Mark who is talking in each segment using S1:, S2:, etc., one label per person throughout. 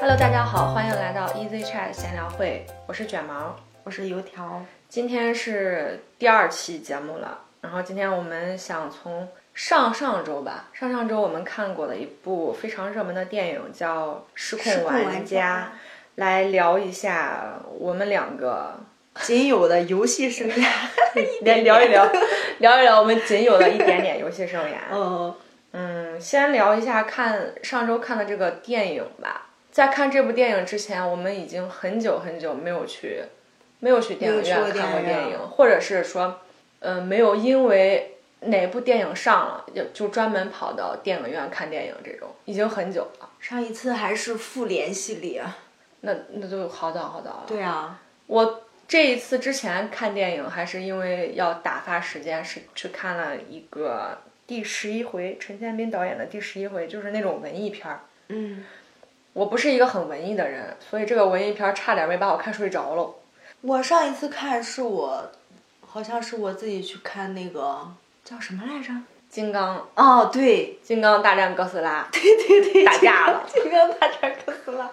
S1: Hello，大家好，欢迎来到 Easy Chat 闲聊会，我是卷毛，
S2: 我是油条。
S1: 今天是第二期节目了。然后今天我们想从上上周吧，上上周我们看过的一部非常热门的电影叫《失
S2: 失
S1: 控
S2: 控玩
S1: 家
S2: 家》，
S1: 来聊一下我们两个
S2: 仅有的游戏生涯，
S1: 来聊一聊，聊一聊我们仅有的一点点游戏生涯。
S2: 嗯，
S1: 嗯，先聊一下看上周看的这个电影吧。在看这部电影之前，我们已经很久很久没有去，没有去电影院
S2: 没有去过
S1: 看过
S2: 电影院
S1: 电影，或者是说，呃，没有因为哪部电影上了，就就专门跑到电影院看电影这种，已经很久了。
S2: 上一次还是复联系列。
S1: 那那就好早好早了。
S2: 对啊，
S1: 我这一次之前看电影，还是因为要打发时间，是去看了一个第十一回陈建斌导演的第十一回，就是那种文艺片儿。
S2: 嗯，
S1: 我不是一个很文艺的人，所以这个文艺片儿差点没把我看睡着了。
S2: 我上一次看是我，好像是我自己去看那个叫什么来着？
S1: 金刚，
S2: 哦，对，
S1: 金刚大战哥斯拉，
S2: 对 对对，
S1: 打架了
S2: 金刚大战哥斯 拉，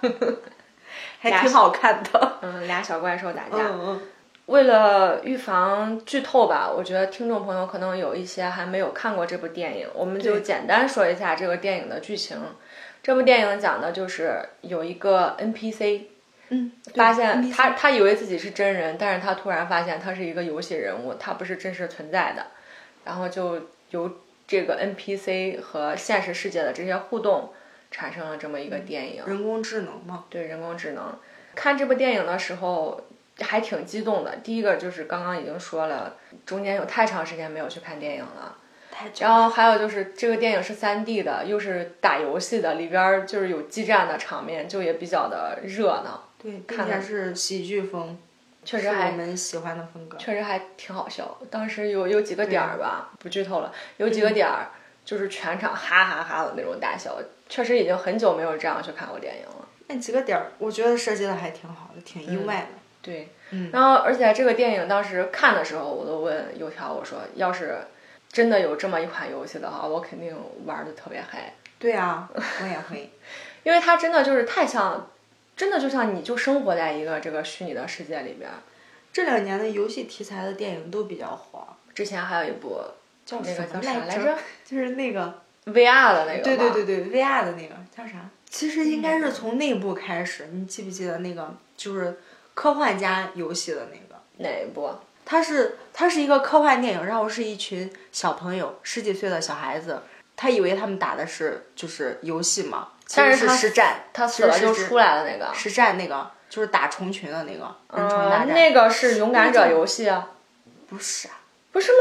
S2: 还挺好看的。
S1: 嗯，俩小怪兽打架。
S2: 嗯
S1: 为了预防剧透吧，我觉得听众朋友可能有一些还没有看过这部电影，我们就
S2: 对
S1: 简单说一下这个电影的剧情。这部电影讲的就是有一个 NPC
S2: 嗯，
S1: 发现
S2: NPC
S1: 他他以为自己是真人，但是他突然发现他是一个游戏人物，他不是真实存在的，然后就由这个 NPC 和现实世界的这些互动，产生了这么一个电影。
S2: 人工智能嘛，
S1: 对人工智能。看这部电影的时候还挺激动的。第一个就是刚刚已经说了，中间有太长时间没有去看电影了。
S2: 太久
S1: 然后还有就是这个电影是三 D 的，又是打游戏的，里边儿就是有激战的场面，就也比较的热闹，
S2: 对，并
S1: 看了
S2: 且是喜剧风，
S1: 确实
S2: 是我
S1: 还
S2: 们喜欢的风格。
S1: 确实还挺好笑。当时有有几个点儿吧，不剧透了，有几个点儿就是全场哈哈哈的那种大笑，确实已经很久没有这样去看过电影了。
S2: 那几个点儿，我觉得设计的还挺好的，挺意外的。
S1: 对，
S2: 嗯
S1: 然后而且这个电影当时看的时候，我都问油条，我说要是真的有这么一款游戏的话，我肯定玩的特别嗨，
S2: 对啊，我也会。
S1: 因为它真的就是太像，真的就像你就生活在一个这个虚拟的世界里边儿。
S2: 这两年的游戏题材的电影都比较火，
S1: 之前还有一部
S2: 叫
S1: 那个
S2: 什
S1: 叫
S2: 么
S1: 啥
S2: 来
S1: 来着
S2: 就是那个，
S1: VR 的那个，
S2: 对对对，对，VR 的那个叫啥？其实应该是
S1: 嗯
S2: 从那部开始，你记不记得那个就是科幻加游戏的那个？
S1: 哪一部？
S2: 它是它是一个科幻电影，然后是一群小朋友，十几岁的小孩子，他以为他们打的是就是游戏嘛，其
S1: 但
S2: 实
S1: 是
S2: 是
S1: 他
S2: 实战，
S1: 他
S2: 其
S1: 死
S2: 实
S1: 了
S2: 是
S1: 就
S2: 实
S1: 出来了那个，
S2: 实战那个就是打虫群的那个人虫
S1: 啊
S2: 大，战，
S1: 那个是勇敢者游戏啊，
S2: 不是啊，
S1: 不是吗？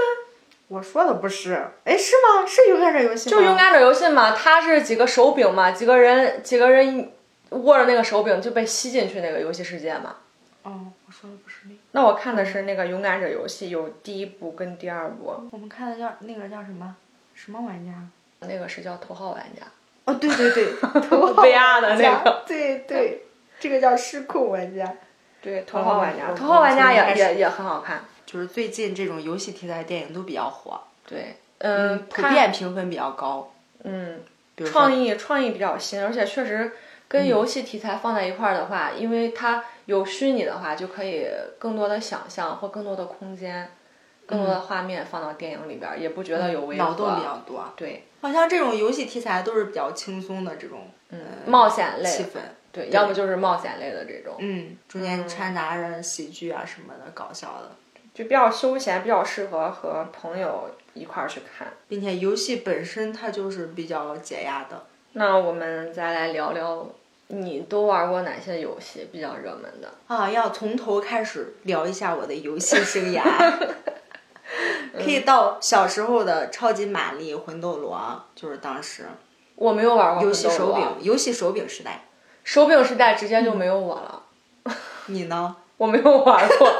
S2: 我说的不是，哎，是吗？是勇敢者游戏吗？
S1: 就勇敢者游戏嘛，它是几个手柄嘛，几个人几个人握着那个手柄就被吸进去那个游戏世界嘛。
S2: 哦，我说的不是那个，
S1: 那我看的是那个《勇敢者游戏》，有第一部跟第二部，
S2: 我们看的叫那个叫什么什么玩家？
S1: 那个是叫《头号玩家
S2: 哦，对对对， 头
S1: 被压的那个，
S2: 对对，这个叫失控玩家。》。
S1: 对，《头号玩家》
S2: 哦
S1: 头号玩家
S2: 我从
S1: 也
S2: 开始
S1: 也也很好看。
S2: 就是最近这种游戏题材的电影都比较火，
S1: 对，嗯，
S2: 普
S1: 看
S2: 遍评分比较高。
S1: 嗯，
S2: 比如说嗯
S1: 创意创意比较新，而且确实跟游戏题材放在一块儿的话，因为它有虚拟的话，就可以更多的想象或更多的空间，更多的画面放到电影里边儿，也不觉得有违和。
S2: 嗯脑洞比较多，
S1: 对，
S2: 好像这种游戏题材都是比较轻松的这种，嗯
S1: 冒险类
S2: 气氛，
S1: 对，要么就是冒险类的这种。
S2: 嗯，中间掺杂着喜剧啊什么的，搞笑的，
S1: 就比较休闲，比较适合和朋友一块儿去看。
S2: 并且游戏本身它就是比较解压的。
S1: 那我们再来聊聊，你都玩过哪些游戏比较热门的？
S2: 啊，要从头开始聊一下我的游戏生 涯，可
S1: 嗯
S2: 以到小时候的超级玛丽、魂斗罗，就是当时
S1: 我没有玩过
S2: 游戏
S1: 魂斗
S2: 手
S1: 罗
S2: 柄、嗯游戏手柄时代。
S1: 手柄时代直接就没有我了，
S2: 你呢？
S1: 我没有玩过。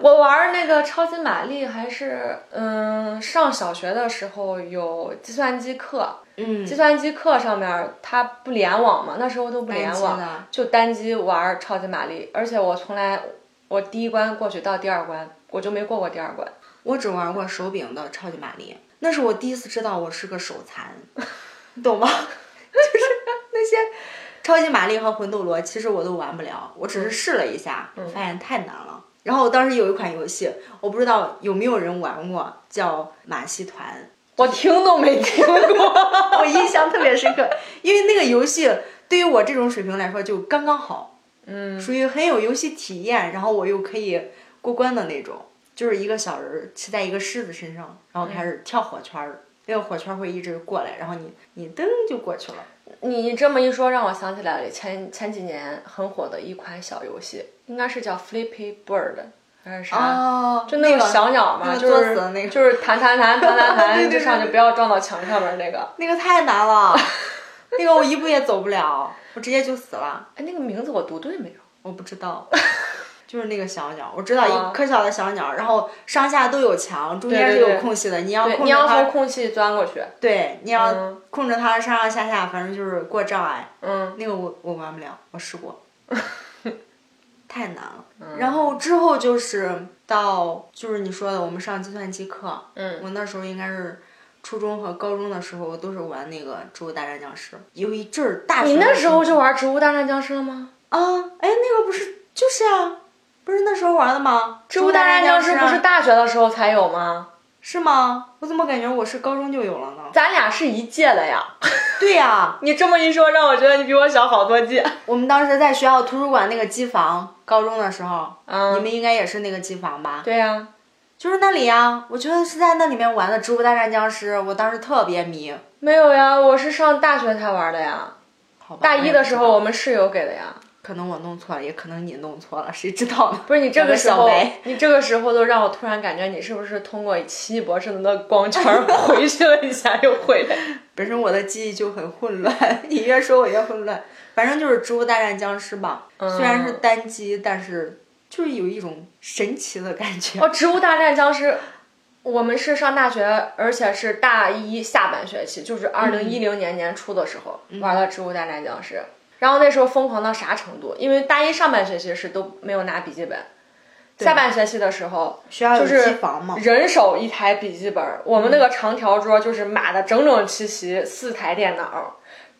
S1: 我玩那个超级玛丽还是嗯，上小学的时候有计算机课，
S2: 嗯
S1: 计算机课上面它不联网嘛，那时候都不联网
S2: 单机的，
S1: 就单机玩超级玛丽，而且我从来我第一关过去到第二关，我就没过过第二关。
S2: 我只玩过手柄的超级玛丽，那是 我第一次知道我是个手残，你懂吗？就是那些超级玛丽和魂斗罗其实我都玩不了，我只是试了一下，发现太难了。然后我当时有一款游戏，我不知道有没有人玩过，叫马戏团，
S1: 我听都没听过。
S2: 我印象特别深刻，因为那个游戏对于我这种水平来说就刚刚好，
S1: 嗯，
S2: 属于很有游戏体验，然后我又可以过关的那种，就是一个小人儿骑在一个狮子身上，然后开始跳火圈儿，那个火圈儿会一直过来，然后你你噔就过去了。
S1: 你这么一说，让我想起来了前前几年很火的一款小游戏，应该是叫 Flippy Bird 还是啥？
S2: 哦，
S1: 啊就那个小鸟嘛，
S2: 那个
S1: 就
S2: 作
S1: 是
S2: 死的那个
S1: 就是弹弹弹弹弹
S2: 对对
S1: 弹，
S2: 对
S1: 就上去不要撞到墙上面那个。
S2: 那个太难 了，那个我一步也走不了，我直接就死了。
S1: 哎，那个名字我读对没有？
S2: 我不知道， 就是那个小鸟，我知道
S1: 啊
S2: 一可小的小鸟，然后上下都有墙，中间
S1: 对
S2: 是
S1: 对对
S2: 有空隙的，你要
S1: 对，
S2: 控
S1: 你
S2: 制
S1: 要
S2: 它
S1: 从，空隙钻过去。
S2: 对，你要
S1: 嗯
S2: 控制它上上下下，反正就是过障碍。
S1: 嗯，
S2: 那个我我玩不了，我试 过，太难了。
S1: 嗯
S2: 然后之后就是到就是你说的，我们上计算机课，
S1: 嗯，
S2: 我那时候应该是初中和高中的时候，我都是玩那个《植物大战僵尸》，有一阵儿大学
S1: 你
S2: 的
S1: 那时候就玩《植物大战僵尸》了吗？
S2: 啊，哎，那个不是就是啊，不是那时候玩的吗？
S1: 《
S2: 《
S1: 植物大战僵尸》不是大学的时候才有吗？
S2: 是吗？我怎么感觉我是高中就有了呢？
S1: 咱俩是一届的呀。
S2: 对呀、
S1: 你这么一说，让我觉得你比我小好多届。
S2: 我们当时在学校图书馆那个机房，高中的时候，
S1: 嗯
S2: 你们应该也是那个机房吧？
S1: 对呀、
S2: 就是那里呀、我觉得是在那里面玩的《植物大战僵尸》，我当时特别迷。
S1: 没有呀，我是上大学才玩的呀。
S2: 好吧，
S1: 大一的时
S2: 我
S1: 候
S2: 也不知道
S1: 我们室友给的呀。
S2: 可能我弄错了，也可能你弄错了，谁知道呢？
S1: 不是你这
S2: 两
S1: 个
S2: 个
S1: 时
S2: 小
S1: 候
S2: 白，
S1: 你这个时候都让我突然感觉你是不是通过奇异博士的光圈儿 回去了一下又回来？
S2: 本身我的记忆就很混乱，你越说我越混乱。反正就是《植物大战僵尸》吧，
S1: 嗯
S2: 虽然是单机，但是就是有一种神奇的感觉。
S1: 哦，《植物大战僵尸》，我们是上大学，而且是大一下半学期，就是二零
S2: 嗯
S1: 一零年年初的时候、玩了《植物大战僵尸》，然后那时候疯狂到啥程度？因为大一上半学期是都没有拿笔记本，下半学期的时候
S2: 学校有
S1: 就是
S2: 机房嘛，嗯
S1: 人手一台笔记本儿，我们那个长条桌就是码的整整齐齐，四台电脑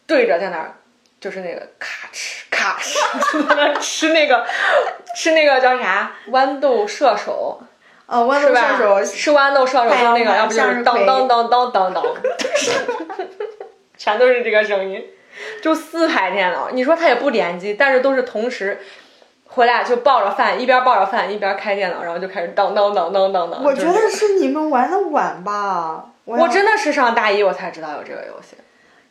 S1: 对着在那儿，就是那个咔哧咔哧 在那儿吃那个吃那个叫啥豌豆射手
S2: 呃，豌豆
S1: 是吧？
S2: 射手
S1: 吃豌豆射手就是那个，
S2: 太阳
S1: 要不就
S2: 向日
S1: 是当
S2: 葵
S1: 当当当当 当，全都是这个声音，就四台电脑，你说它也不联机，但是都是同时。回来就抱着饭，一边抱着饭一边开电脑，然后就开始当当当当当当。
S2: 我
S1: 就
S2: 觉
S1: 是这
S2: 得是你们玩的晚吧。我
S1: 我
S2: 要
S1: 真的是上大一我才知道有这个游戏。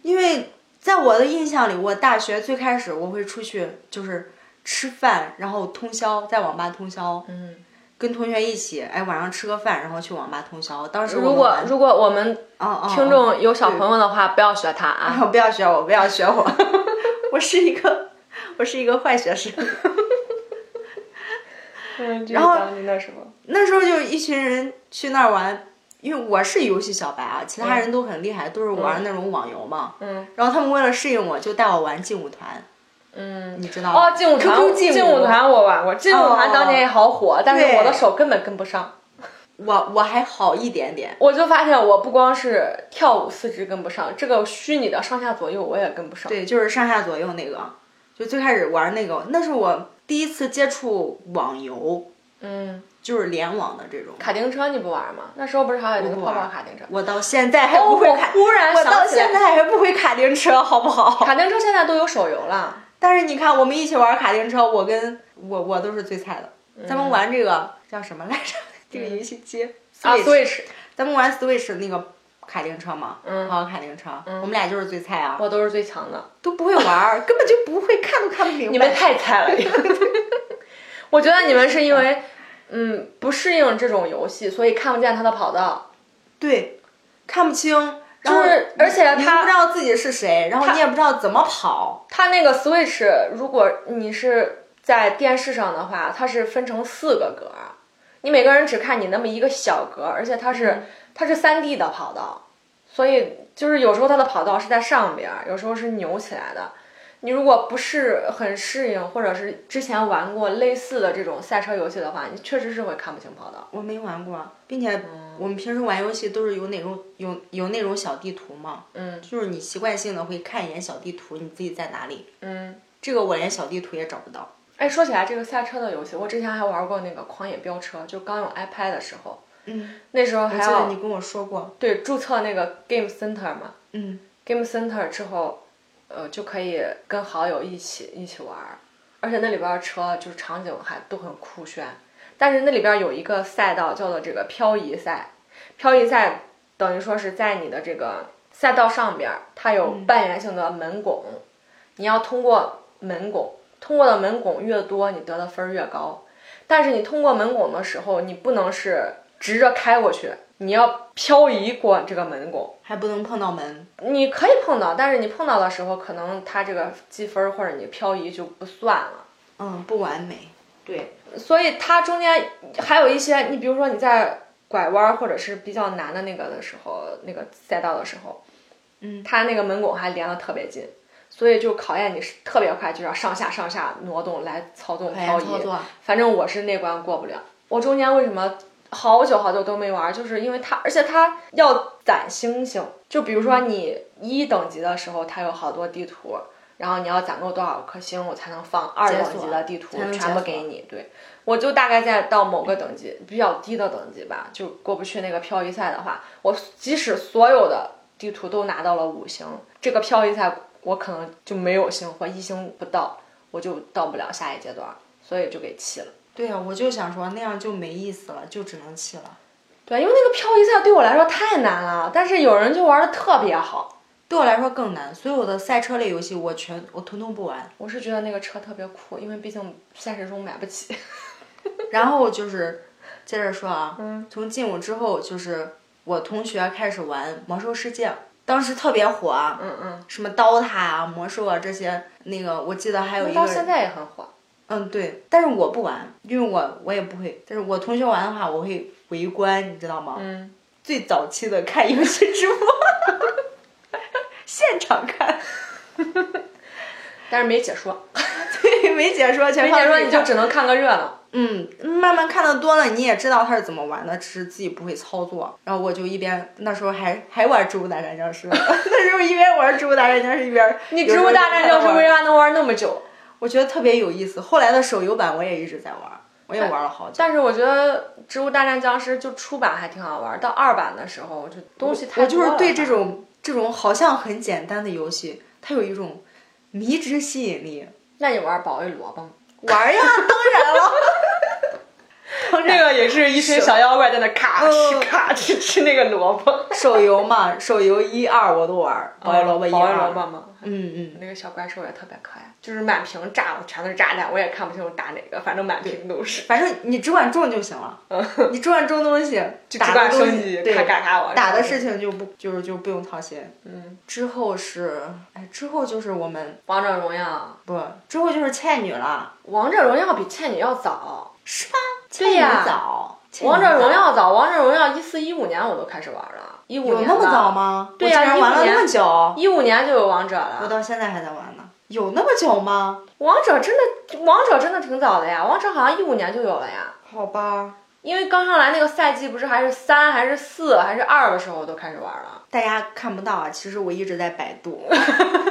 S2: 因为在我的印象里，我大学最开始我会出去就是吃饭，然后通宵在网吧通宵，
S1: 嗯，
S2: 跟同学一起，哎，晚上吃个饭，然后去网吧通宵。当时我
S1: 如
S2: 们
S1: 果
S2: 玩
S1: 如果我们
S2: 嗯哦哦
S1: 听
S2: 哦
S1: 众有小朋友的话，不要学他啊。
S2: 不要学我，不要学我， 我是一个我是一个坏学生。
S1: 嗯，
S2: 然后
S1: 那时候，
S2: 那时候就一群人去那儿玩，因为我是游戏小白啊，其他人都很厉害，都是玩那种网游嘛。
S1: 嗯
S2: 然后他们为了适应我，就带我玩劲舞团，
S1: 嗯。
S2: 你知道吗？
S1: 哦，劲舞团，
S2: QQ 劲舞
S1: 劲舞团我玩过，劲舞
S2: 哦
S1: 团当年也好火，但是
S2: 对
S1: 我的手根本跟不上。
S2: 我我还好一点点。
S1: 我就发现我不光是跳舞四肢跟不上，这个虚拟的上下左右我也跟不上。
S2: 对，就是上下左右那个，就最开始玩那个，那是我第一次接触网游，
S1: 嗯，
S2: 就是联网的这种。
S1: 卡丁车你不玩吗？那时候不是还有那个
S2: 不
S1: 泡
S2: 玩
S1: 泡卡丁车？
S2: 我到现在还
S1: 哦，
S2: 不会
S1: 我
S2: 卡，
S1: 忽然
S2: 我到
S1: 想起
S2: 现
S1: 来，
S2: 在还不会卡丁车，好不 好？
S1: 卡丁车现在都有手游了。
S2: 但是你看，我们一起玩卡丁车，我跟我我都是最菜的。咱们玩这个叫什么来着？这个游戏机
S1: 嗯啊
S2: Switch
S1: ，Switch，
S2: 咱们玩 Switch 那个卡丁车嘛，
S1: 嗯
S2: 跑卡丁车，我们俩就是最菜啊，
S1: 我都是最强的。
S2: 都不会玩 儿，根本就不会看都看不明白。
S1: 你们太菜了！ 我觉得你们是因为，嗯，不适应这种游戏，所以看不见它的跑道。
S2: 对，看不清，然
S1: 就
S2: 后
S1: 是而且
S2: 你
S1: 它
S2: 不知道自己是谁，然后你也不知道怎么跑。
S1: 它那个 Switch，如果你是在电视上的话，它是分成四个格儿，你每个人只看你那么一个小格儿，而且它
S2: 嗯
S1: 是它是三 D 的跑道，所以就是有时候它的跑道是在上边儿，有时候是扭起来的。你如果不是很适应，或者是之前玩过类似的这种赛车游戏的话，你确实是会看不清跑道。
S2: 我没玩过，并且我们平时玩游戏都是有那种有有那种小地图嘛，
S1: 嗯
S2: 就是你习惯性的会看一眼小地图，你自己在哪里。
S1: 嗯，
S2: 这个我连小地图也找不到。
S1: 哎，说起来这个赛车的游戏，我之前还玩过那个《狂野飙车》，就刚用 iPad 的时候，
S2: 嗯，
S1: 那时候
S2: 我
S1: 还
S2: 记得
S1: 要
S2: 你跟我说过。
S1: 对注册那个 Game Center 嘛
S2: 嗯，
S1: ，Game Center 之后，呃，就可以跟好友一起一起玩儿，而且那里边儿车就是场景还都很酷炫，但是那里边儿有一个赛道叫做这个漂移赛，漂移赛等于说是在你的这个赛道上边儿，它有半圆形的门拱，你要通过门拱，通过的门拱越多，你得的分儿越高。但是你通过门拱的时候，你不能是直着开过去，你要漂移过这个门拱。
S2: 还不能碰到门。
S1: 你可以碰到，但是你碰到的时候，可能它这个积分儿或者你漂移就不算了。
S2: 嗯，不完美。对，
S1: 所以它中间还有一些，你比如说你在拐弯儿或者是比较难的那个的时候，那个赛道的时候，
S2: 嗯，
S1: 它那个门拱还连得特别紧，所以就考验你是特别快，就要上下上下挪动来操纵
S2: 哎
S1: 漂
S2: 呀，
S1: 移。
S2: 操作。
S1: 反正我是那关过不了。我中间为什么好久好久都没玩儿，就是因为它，而且它要攒星星。就比如说
S2: 嗯
S1: 你一等级的时候，它有好多地图，然后你要攒够多少颗星，我才能放二
S2: 解
S1: 等
S2: 锁
S1: 级的地图
S2: 才能解锁
S1: 全部给你。对，我就大概在到某个等级比较低的等级吧，就过不去那个漂移赛的话，我即使所有的地图都拿到了五星，这个漂移赛我可能就没有星或一星不到，我就到不了下一阶段，所以就给弃了。
S2: 对呀、我就想说那样就没意思了，就只能弃了。
S1: 对，因为那个漂移赛对我来说太难了，但是有人就玩的特别好，
S2: 对我来说更难，所有的赛车类游戏我全我通通不玩。
S1: 我是觉得那个车特别酷，因为毕竟现实中买不起。
S2: 然后就是接着说啊，
S1: 嗯
S2: 从进伍之后就是我同学开始玩魔兽世界，当时特别火啊，
S1: 嗯嗯，
S2: 什么刀塔啊、魔兽啊这些，那个我记得还有一
S1: 到
S2: 个
S1: 现
S2: 人，
S1: 在也很火。
S2: 嗯对，但是我不玩，因为我我也不会，但是我同学玩的话，我会围观，你知道吗？
S1: 嗯，
S2: 最早期的看游戏直播， 现场看，
S1: 但是没解说，
S2: 对，没解说，全
S1: 没
S2: 放
S1: 解说
S2: 自己
S1: 你就
S2: 看
S1: 只能看个热闹。
S2: 嗯，慢慢看的多了，你也知道他是怎么玩的，只是自己不会操作。然后我就一边那时候还还玩《植物大战僵尸》， 那时候一边玩《植物大战僵尸》一边
S1: 你植物大战僵尸为啥能玩那么久？
S2: 我觉得特别有意思。后来的手游版我也一直在玩，我也玩了好久。
S1: 但是我觉得《植物大战僵尸》就初版还挺好玩，到二版的时候就东西太
S2: 我
S1: 多
S2: 就
S1: 了
S2: 是对这种这种好像很简单的游戏，它有一种迷之吸引力。
S1: 那你玩保卫萝 卜吗？
S2: 玩呀，当然了， 当然
S1: 那个也是一群小妖怪在那 咔哧
S2: 哧
S1: 咔哧吃那个萝卜，
S2: 手游嘛，手游一二我都玩，保卫萝卜一
S1: 哦保卫萝
S2: 二，
S1: 卜吗？
S2: 嗯嗯。
S1: 那个小怪兽也特别可爱，就是满屏炸，全都是炸弹，我也看不清我打哪个，反正满屏都是，
S2: 反正你只管中就行了，你只管中东西，
S1: 嗯 就只
S2: 打
S1: 管
S2: 的东
S1: 升
S2: 西
S1: 级，
S2: 对
S1: 咔咔咔往上
S2: 打的事情就不就是就不用操心。
S1: 嗯，
S2: 之后是哎，之后就是我们
S1: 王者荣耀，
S2: 不之后就是倩女了，
S1: 王者荣耀比倩女要早，
S2: 是吗？倩
S1: 对
S2: 女
S1: 呀
S2: 早，倩女
S1: 王者荣
S2: 早
S1: 耀早，王者荣耀一四一五年我都开始玩了，一五
S2: 有
S1: 年
S2: 那么
S1: 吧
S2: 早？吗？
S1: 对呀
S2: 我竟然玩了那么久，
S1: 一五年就有王者
S2: 我
S1: 了，
S2: 到现在还在玩呢。有那么久吗？
S1: 王者真的，王者真的挺早的呀，王者好像一五年就有了呀，
S2: 好吧，
S1: 因为刚上来那个赛季不是还是三还是四还是二的时候我都开始玩了，
S2: 大家看不到啊，其实我一直在百度。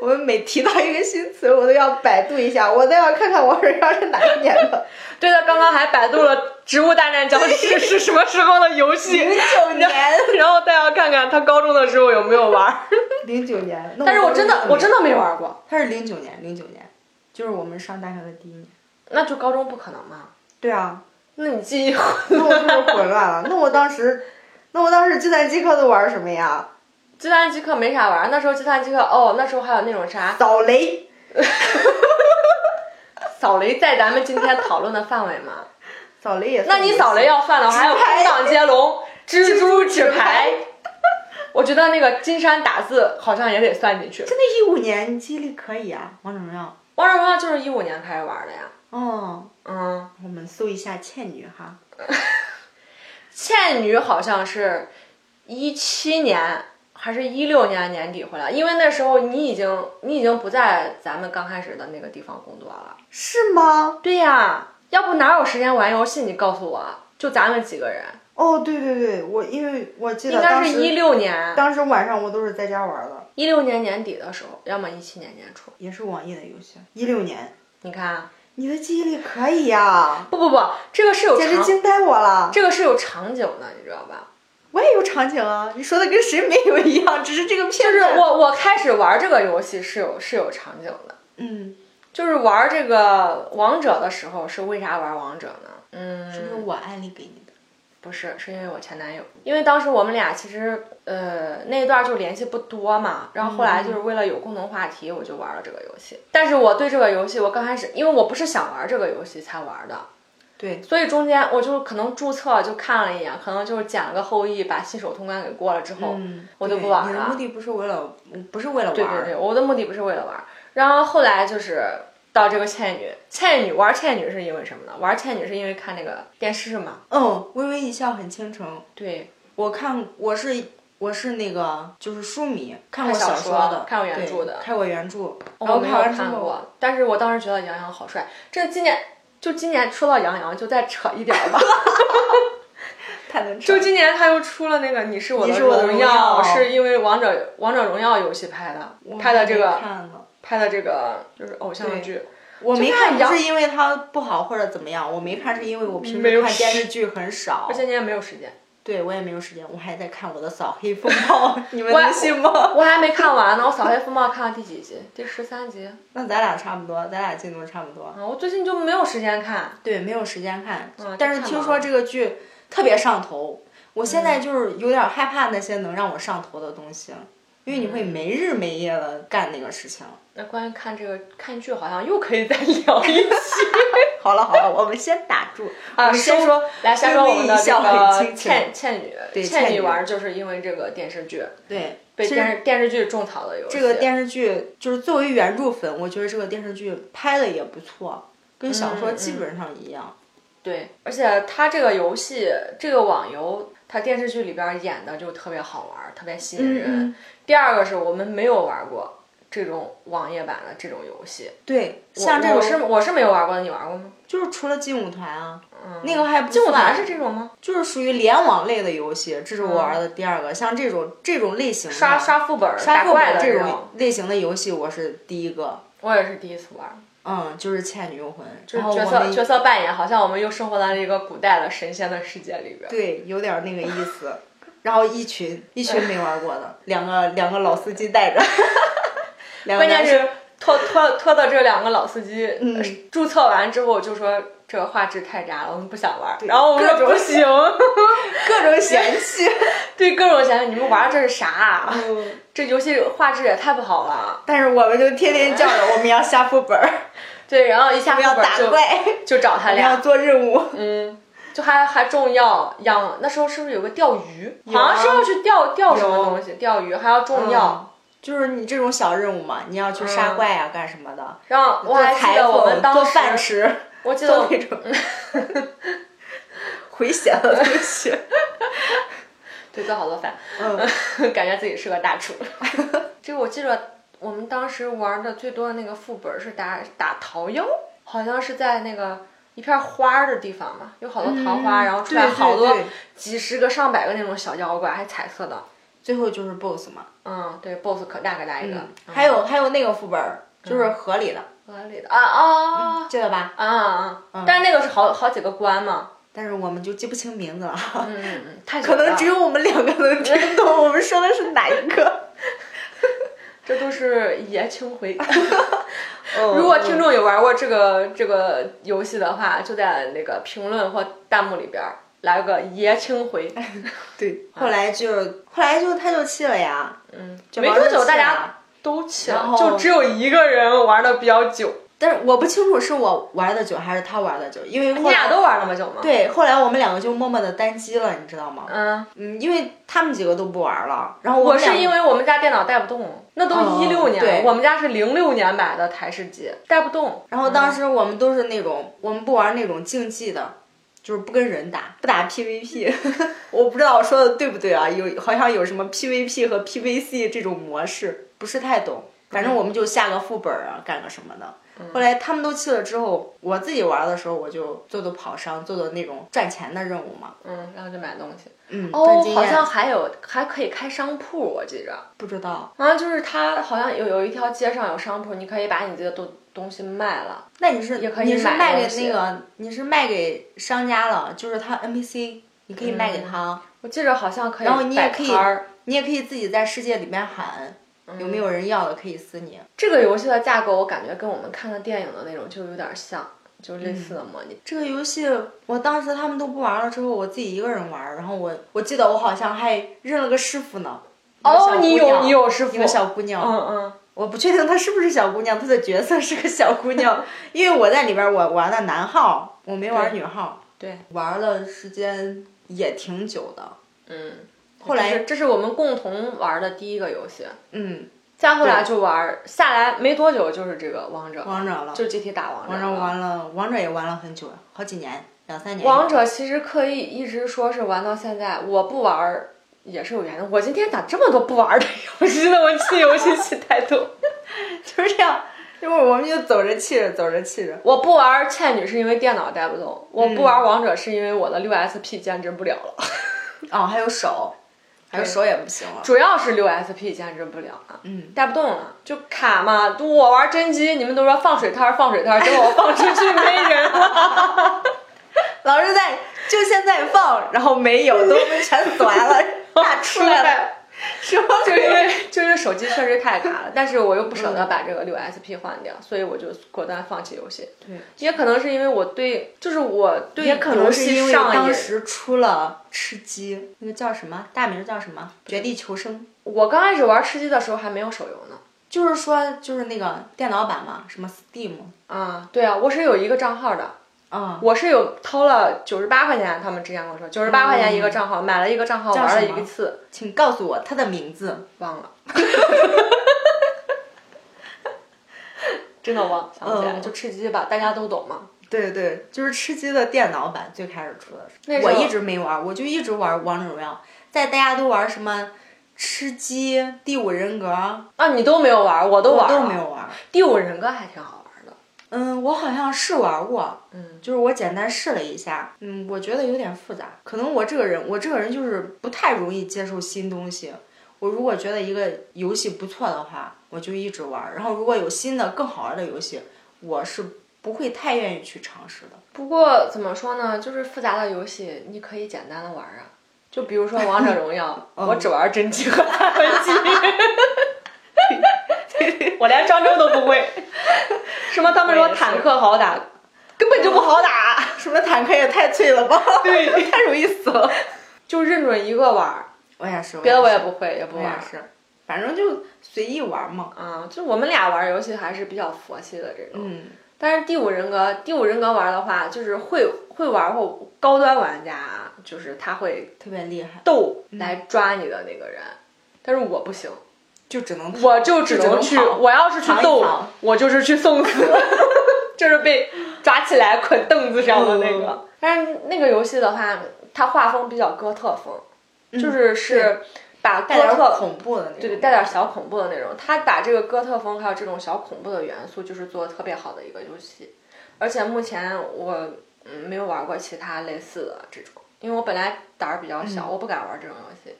S2: 我们每提到一个新词，我都要百度一下，我都要看看王者荣耀是哪一年的。
S1: 对的，刚刚还百度了《植物大战僵尸》是什么时候的游戏，
S2: 九年，
S1: 然后大家看看他高中的时候有没有玩，
S2: 零九年。
S1: 但是我真的我真
S2: 的，
S1: 的没玩过，
S2: 他是零九年，零九年，就是我们上大学的第一年。
S1: 那就高中不可能嘛。
S2: 对啊，
S1: 那你记忆
S2: 那我就是混乱了。那我当时，那我当时计算机课都玩什么呀？
S1: 计算机课没啥玩儿，那时候计算机课哦，那时候还有那种啥
S2: 扫雷。
S1: 扫雷，在咱们今天讨论的范围嘛。
S2: 扫雷也
S1: 那
S2: 算游戏。
S1: 你扫雷要啊算的话，还有
S2: 纸牌
S1: 空档接龙、蜘蛛纸
S2: 纸牌
S1: 牌。我觉得那个金山打字好像也得算进去。
S2: 真的，一五年你记忆力可以啊，王者荣耀。
S1: 王者荣耀就是一五年开始玩的呀。
S2: 哦，
S1: 嗯，
S2: 我们搜一下倩女哈。
S1: 倩女好像是一七年还是一六年年底回来，因为那时候你已经你已经不在咱们刚开始的那个地方工作了。
S2: 是吗？
S1: 对呀、要不哪有时间玩游戏？你告诉我，就咱们几个人，
S2: 哦，对对对，我因为我记得
S1: 应该
S2: 当时
S1: 是一六年
S2: 当时晚上我都是在家玩的，
S1: 一六年年底的时候，要么一七年年初。
S2: 也是网易的游戏，一六年。
S1: 你看，啊
S2: 你的记忆力可以啊呀、
S1: 不不不，这个是有
S2: 简直
S1: 场，
S2: 惊呆我了！
S1: 这个是有场景的，你知道吧？
S2: 我也有场景啊，你说的跟谁没有一样，只是这个
S1: 就
S2: 片
S1: 是
S2: 子。
S1: 我我开始玩这个游戏是有是有场景的，
S2: 嗯，
S1: 就是玩这个王者的时候是为啥玩王者呢？嗯，
S2: 是不是我安利给你的？
S1: 不是，是因为我前男友，因为当时我们俩其实呃那一段就联系不多嘛，然后后来
S2: 嗯
S1: 就是为了有共同话题，我就玩了这个游戏。但是我对这个游戏，我刚开始因为我不是想玩这个游戏才玩的，
S2: 对，
S1: 所以中间我就可能注册就看了一眼，可能就是捡了个后羿，把新手通关给过了之后，
S2: 嗯，
S1: 我就
S2: 对
S1: 不玩
S2: 你的
S1: 了
S2: 目的不是为了，嗯不是为了玩。
S1: 对对对，我的目的不是为了玩儿。然后后来就是到这个倩女，倩女玩倩女是因为什么呢？玩倩女是因为看那个电视嘛。
S2: 嗯，微微一笑很倾城。
S1: 对，
S2: 我看我是我是那个就是书迷，看过
S1: 看小
S2: 说
S1: 说
S2: 的，哦
S1: 看过原著
S2: 对
S1: 的
S2: 看过原著，然
S1: 我
S2: 后
S1: 没有
S2: 完之
S1: 看
S2: 后，
S1: 过，但是我当时觉得杨洋好帅。这今年就今年说到杨洋，就再扯一点儿吧。
S2: 太能
S1: 就今年他又出了那个《你是我
S2: 你
S1: 的
S2: 是我的
S1: 荣
S2: 荣
S1: 耀》，
S2: 耀
S1: 是因为王者王者荣耀游戏拍的，拍的这
S2: 我还
S1: 个
S2: 没看了，
S1: 拍的这个就是偶像剧。
S2: 我没
S1: 看
S2: 看
S1: 杨
S2: 不是因为它不好或者怎么样，我没看是因为我平
S1: 没
S2: 时
S1: 有
S2: 看电
S1: 时
S2: 视剧很少
S1: 而，且你也没有时间，
S2: 对我也没有时间，我还在看我的扫黑风 暴，你们
S1: 我
S2: 能信吗？
S1: 我还没看完呢。我《扫黑风暴》看到第几集？第十三集。
S2: 那咱俩差不多，咱俩进度差不多，
S1: 啊，我最近就没有时间看。
S2: 对，没有时间看
S1: 嗯，
S2: 但是
S1: 太
S2: 听
S1: 忙
S2: 说
S1: 了
S2: 这个剧特别上头，我现在就是有点害怕那些能让我上头的东西，因为你会没日没夜的干那个事情。
S1: 那关于看这个看剧，好像又可以再聊一 期
S2: 好了好了，我们先打住，我
S1: 啊。
S2: 们先
S1: 收
S2: 说，
S1: 来先说我们的这
S2: 微微一笑很
S1: 个
S2: 倾城
S1: 倩倩女，
S2: 对
S1: 倩
S2: 倩
S1: 女
S2: 女
S1: 玩儿就是因为这个电视剧
S2: 对，
S1: 被
S2: 其实
S1: 电视电视剧种草的游戏。
S2: 这个电视剧就是作为原著粉，我觉得这个电视剧拍的也不错，跟小说
S1: 嗯嗯
S2: 基本上一样。
S1: 对，而且它这个游戏，这个网游，它电视剧里边儿演的就特别好玩儿，特别吸引人。
S2: 嗯
S1: 第二个是我们没有玩过这种网页版的这种游戏，
S2: 对，
S1: 我
S2: 像这
S1: 我
S2: 种
S1: 是我是没有玩过的，你玩过吗？
S2: 就是除了劲舞团啊，
S1: 嗯，
S2: 那个还不
S1: 劲舞团
S2: 算
S1: 是这种吗？
S2: 就是属于联网类的游戏，这是我玩的第二个。像这种这种类型的
S1: 刷刷副本儿、
S2: 刷
S1: 打
S2: 副
S1: 怪
S2: 本
S1: 的
S2: 这
S1: 种
S2: 种，类型的游戏，我是第一个。
S1: 我也是第一次玩儿。
S2: 嗯，就是《倩女幽魂》，
S1: 就
S2: 然后
S1: 是角
S2: 我
S1: 色
S2: 们
S1: 角色扮演，好像我们又生活在了一个古代的神仙的世界里边。
S2: 对有点那个意思。然后一群一群没玩过的，两个两个老司机带着， 两个
S1: 关键
S2: 男
S1: 是拖拖拖的这两个老司机，
S2: 嗯
S1: 注册完之后就说这个画质太渣了，我们不想玩。
S2: 对
S1: 然后我们说
S2: 各种
S1: 不行，
S2: 各种嫌弃。
S1: 对各种嫌弃，你们玩的这是啥啊？
S2: 嗯
S1: 这游戏画质也太不好了。
S2: 但是我们就天天叫着我们要下副本儿，
S1: 对，然后一下
S2: 我们要
S1: 副本
S2: 打
S1: 就
S2: 怪，
S1: 就找
S2: 我
S1: 他
S2: 们要
S1: 俩，
S2: 做任务。
S1: 嗯。就还还种药养，那时候是不是有个钓鱼？
S2: 有
S1: 好
S2: 啊
S1: 像是要去钓钓什么
S2: 有嗯
S1: 东西，钓鱼还要种药。
S2: 就是你这种小任务嘛，你要去杀
S1: 嗯
S2: 怪呀、干什么的？
S1: 然后我
S2: 做
S1: 还记
S2: 裁
S1: 得我
S2: 缝
S1: 们当时，
S2: 做饭吃，
S1: 我记得我
S2: 做那种 回血的东西。
S1: 对，做好多饭，
S2: 嗯，
S1: 感觉自己是个大厨。这个我记着，我们当时玩的最多的那个副本是打打桃妖，好像是在那个一片花儿的地方嘛，有好多桃花，然后出来
S2: 嗯对对
S1: 好多
S2: 对
S1: 几十个、上百个那种小妖怪，还彩色的。
S2: 最后就是 BOSS 嘛。
S1: 嗯，对，BOSS 可大可大一个，嗯
S2: 还有还有那个副本儿，就是河里的，
S1: 合理的啊啊
S2: 记得吧？
S1: 啊啊！
S2: 嗯
S1: 啊！但是那个是好好几个关嘛，
S2: 但是我们就记不清名字了，
S1: 嗯嗯嗯，太久
S2: 可能
S1: 了
S2: 只有我们两个能听懂我们说的是哪一 个。
S1: 这都是爷青回。
S2: 嗯
S1: 如果听众有玩过这个这个游戏的话，就在那个评论或弹幕里边儿来个爷青 回。
S2: 对，后来就是后来就他就气了呀，
S1: 嗯，
S2: 就
S1: 没
S2: 玩啊
S1: 多
S2: 儿
S1: 久
S2: 气
S1: 大
S2: 了
S1: 家都起
S2: 然
S1: 了，
S2: 后
S1: 就只有一个人玩的比较久。
S2: 但是我不清楚是我玩的久还是他玩的久，因为
S1: 你
S2: 后来
S1: 俩都玩那么久吗？，
S2: 对，后来我们两个就默默的单机了，你知道吗？
S1: 嗯，
S2: 嗯，因为他们几个都不玩了，然后
S1: 我
S2: 们两
S1: 是
S2: 个
S1: 因为我们家电脑带不动，那
S2: 哦
S1: 都一六年
S2: 对
S1: 了，我们家是零六年买的台式机，带不动。
S2: 然后当时我们都是那种，我们不玩那种竞技的，就是不跟人打，不打 PVP。我 不知道我说的对不对啊？有好像有什么 PVP 和 PVC 这种模式，不是太懂。反正我们就下个副本啊，干个什么的。
S1: 嗯
S2: 后来他们都去了之后，我自己玩的时候，我就做做跑商，做做那种赚钱的任务嘛。
S1: 嗯，然后就买东西。
S2: 嗯，赚
S1: 哦
S2: 经，验
S1: 好像还有还可以开商铺，我记着。
S2: 不知道。
S1: 好像就是它好像有有一条街上有商铺，你可以把你这个东东西卖了。
S2: 那你是
S1: 也可以
S2: 你是
S1: 买
S2: 卖
S1: 东
S2: 给
S1: 西
S2: 那个你是卖给商家了，就是他 NPC，你可以卖
S1: 嗯
S2: 给他啊。
S1: 我记着好像可以，
S2: 然后你也可以
S1: 摊儿。
S2: 你也可以自己在世界里面喊，有没有
S1: 嗯
S2: 人要的可以撕你。
S1: 这个游戏的架构，我感觉跟我们看的电影的那种就有点像，就类似的模拟。
S2: 这个游戏我当时他们都不玩了之后，我自己一个人玩儿，然后我我记得我好像还认了个师傅呢。一个小
S1: 哦，
S2: 姑
S1: 你有
S2: 娘
S1: 你有师傅
S2: 一个，小姑娘，
S1: 嗯嗯，
S2: 我不确定她是不是小姑娘，她的角色是个小姑 娘，因为我在里边儿我玩的男号，我没玩
S1: 对
S2: 女号，
S1: 对，
S2: 玩了时间也挺久的。
S1: 嗯。
S2: 后来
S1: 这是这是我们共同玩的第一个游戏，
S2: 嗯，
S1: 再后来就玩下来没多久就是这个王者，
S2: 王者了，
S1: 就集体打王者了。
S2: 王者玩了，王者也玩了很久，好几年，两三年。
S1: 王者其实可以一直说是玩到现在，我不玩儿也是有原因。我今天咋这么多不玩儿的游戏呢？我气游戏气太多。
S2: 就是这样，一会儿我们就走着气着，走着气着。
S1: 我不玩儿倩女是因为电脑带不动，我不
S2: 嗯
S1: 玩儿王者是因为我的六 SP 坚持不了了，
S2: 哦，还有手，还有手也不行了。
S1: 主要是六 SP 坚持不了了，
S2: 嗯，
S1: 带不动了，就卡嘛。我玩真机，你们都说放水摊儿放水摊儿，结果我放出去没人了。
S2: 老是在就现在放，然后没有，都全短 了，大出来了，什么
S1: 就是因为就是手机确实太卡了，但是我又不
S2: 嗯
S1: 舍得把这个六 SP 换掉，所以我就果断放弃游戏。
S2: 对，
S1: 也可能是因为我对，就是我对
S2: 也可能是因
S1: 游
S2: 为
S1: 戏上
S2: 当
S1: 瘾。
S2: 时出了吃鸡，那个叫什么？大名叫什么？绝地求生。
S1: 我刚开始玩吃鸡的时候还没有手游呢。
S2: 就是说，就是那个电脑版嘛，什么 Steam，
S1: 啊，对啊，我是有一个账号的，
S2: 啊、
S1: 我是有掏了九十八块钱，他们之前跟我说九十八块钱一个账号，买了一个账号
S2: 叫
S1: 玩了
S2: 什
S1: 一
S2: 么
S1: 次，
S2: 啊请告诉我它的名字。
S1: 忘了，真的忘想不起来，
S2: 嗯
S1: 就吃鸡吧，大家都懂嘛。
S2: 对对，就是吃鸡的电脑版最开始出的
S1: 那时
S2: 我
S1: 候
S2: 一直没玩，我就一直玩王者荣耀，在大家都玩什么吃鸡、第五人格，
S1: 啊，你都没有玩，我都玩
S2: 我
S1: 了，
S2: 都没有玩。
S1: 第五人格还挺好玩的，
S2: 嗯，我好像是玩过，
S1: 嗯，
S2: 就是我简单试了一下，嗯，我觉得有点复杂，可能我这个人，我这个人就是不太容易接受新东西。我如果觉得一个游戏不错的话，我就一直玩。然后如果有新的更好玩的游戏，我是不会太愿意去尝试的。
S1: 不过怎么说呢，就是复杂的游戏你可以简单的玩啊。就比如说《王者荣耀》，我只玩真机和打分机， 我连漳州都不会。 什么他们说
S2: 我也是
S1: 坦克好打，根本就不好打。
S2: 什么坦克也太脆了吧？
S1: 对，
S2: 太容易死了。
S1: 就认准一个玩儿，
S2: 我也是，
S1: 别的我也
S2: 是
S1: 不会，也不
S2: 我
S1: 玩儿。
S2: 也是，反正就随意玩嘛。
S1: 啊，就我们俩玩儿游戏还是比较佛系的这种。
S2: 嗯，
S1: 但是第五人格，第五人格玩儿的话，就是会会玩儿或高端玩家啊，就是他会
S2: 特别厉害，
S1: 斗来抓你的那个人，但是我不行，
S2: 就只能
S1: 我就只
S2: 只能
S1: 能去，
S2: 跑
S1: 我要是去
S2: 扛一
S1: 斗
S2: 扛，
S1: 我就是去送死， 就是被抓起来捆凳子上的那个。
S2: 嗯
S1: 但是那个游戏的话，它画风比较哥特风，就是是把哥
S2: 带点
S1: 特。
S2: 恐怖的那种，
S1: 对对，带点小恐怖的那种。他把这个哥特风还有这种小恐怖的元素，就是做的特别好的一个游戏。而且目前我嗯没有玩过其他类似的这种，因为我本来胆儿比较小，我不敢玩这种游戏。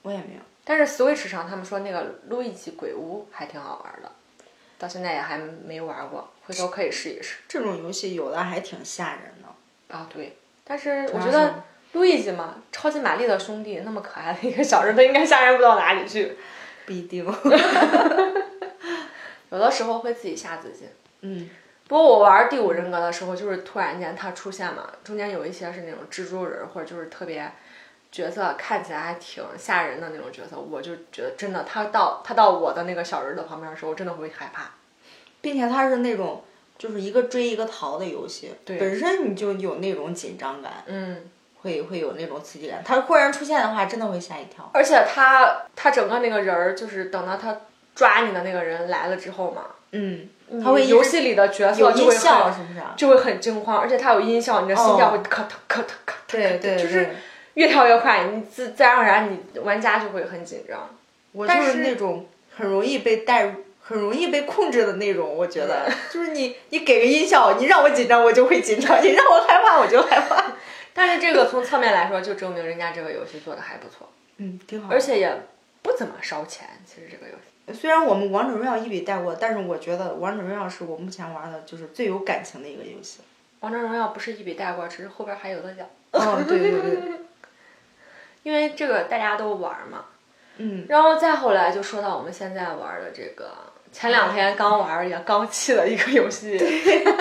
S2: 我也没有。
S1: 但是 Switch 上他们说那个《路易吉鬼屋》还挺好玩的，到现在也还没玩过，回头可以试一试。
S2: 这种游戏有的还挺吓人的。
S1: 啊，对，但是我
S2: 玩
S1: 觉
S2: 什
S1: 得
S2: 么
S1: 路易吉嘛，超级玛丽的兄弟，那么可爱的一个小人，他应该吓人不到哪里去。
S2: 不一 定。
S1: 有的时候会自己吓自己。
S2: 嗯，
S1: 不过我玩第五人格的时候，就是突然间它出现嘛，中间有一些是那种蜘蛛人，或者就是特别角色看起来还挺吓人的那种角色，我就觉得真的，他到他到我的那个小人的旁边的时候，我真的会害怕。
S2: 并且它是那种就是一个追一个逃的游戏，
S1: 对
S2: 本身你就有那种紧张感，
S1: 嗯，
S2: 会会有那种刺激感。它忽然出现的话，真的会吓一跳。
S1: 而且他他整个那个人儿，就是等到他抓你的那个人来了之后嘛，
S2: 嗯，
S1: 他
S2: 会一直
S1: 游戏里的角色
S2: 有
S1: 就会
S2: 音效
S1: 很
S2: 是不是啊？
S1: 就会很惊慌，而且它有音效，你的心跳会咔咔咔咔咔，
S2: 对对，
S1: 就是
S2: 对
S1: 越跳越快，你自自然而然你玩家就会很紧张。
S2: 我就
S1: 但
S2: 是
S1: 是
S2: 那种很容易被带入、很容易被控制的那种。我觉得， 就是你你给个音效，你让我紧张，我就会紧张；你 让我害怕，我就害怕。
S1: 但是这个从侧面来说，就证明人家这个游戏做的还不错，
S2: 嗯，挺好
S1: 而且也不怎么烧钱。其实这个游戏，
S2: 虽然我们《王者荣耀》一笔带过，但是我觉得《王者荣耀》是我目前玩的就是最有感情的一个游 戏。
S1: 王者荣耀不是一笔带过，只是后边还有的讲，
S2: 哦，对对对，
S1: 因为这个大家都玩嘛。
S2: 嗯，
S1: 然后再后来就说到我们现在玩的这个，前两天刚玩儿也刚弃的一个游戏，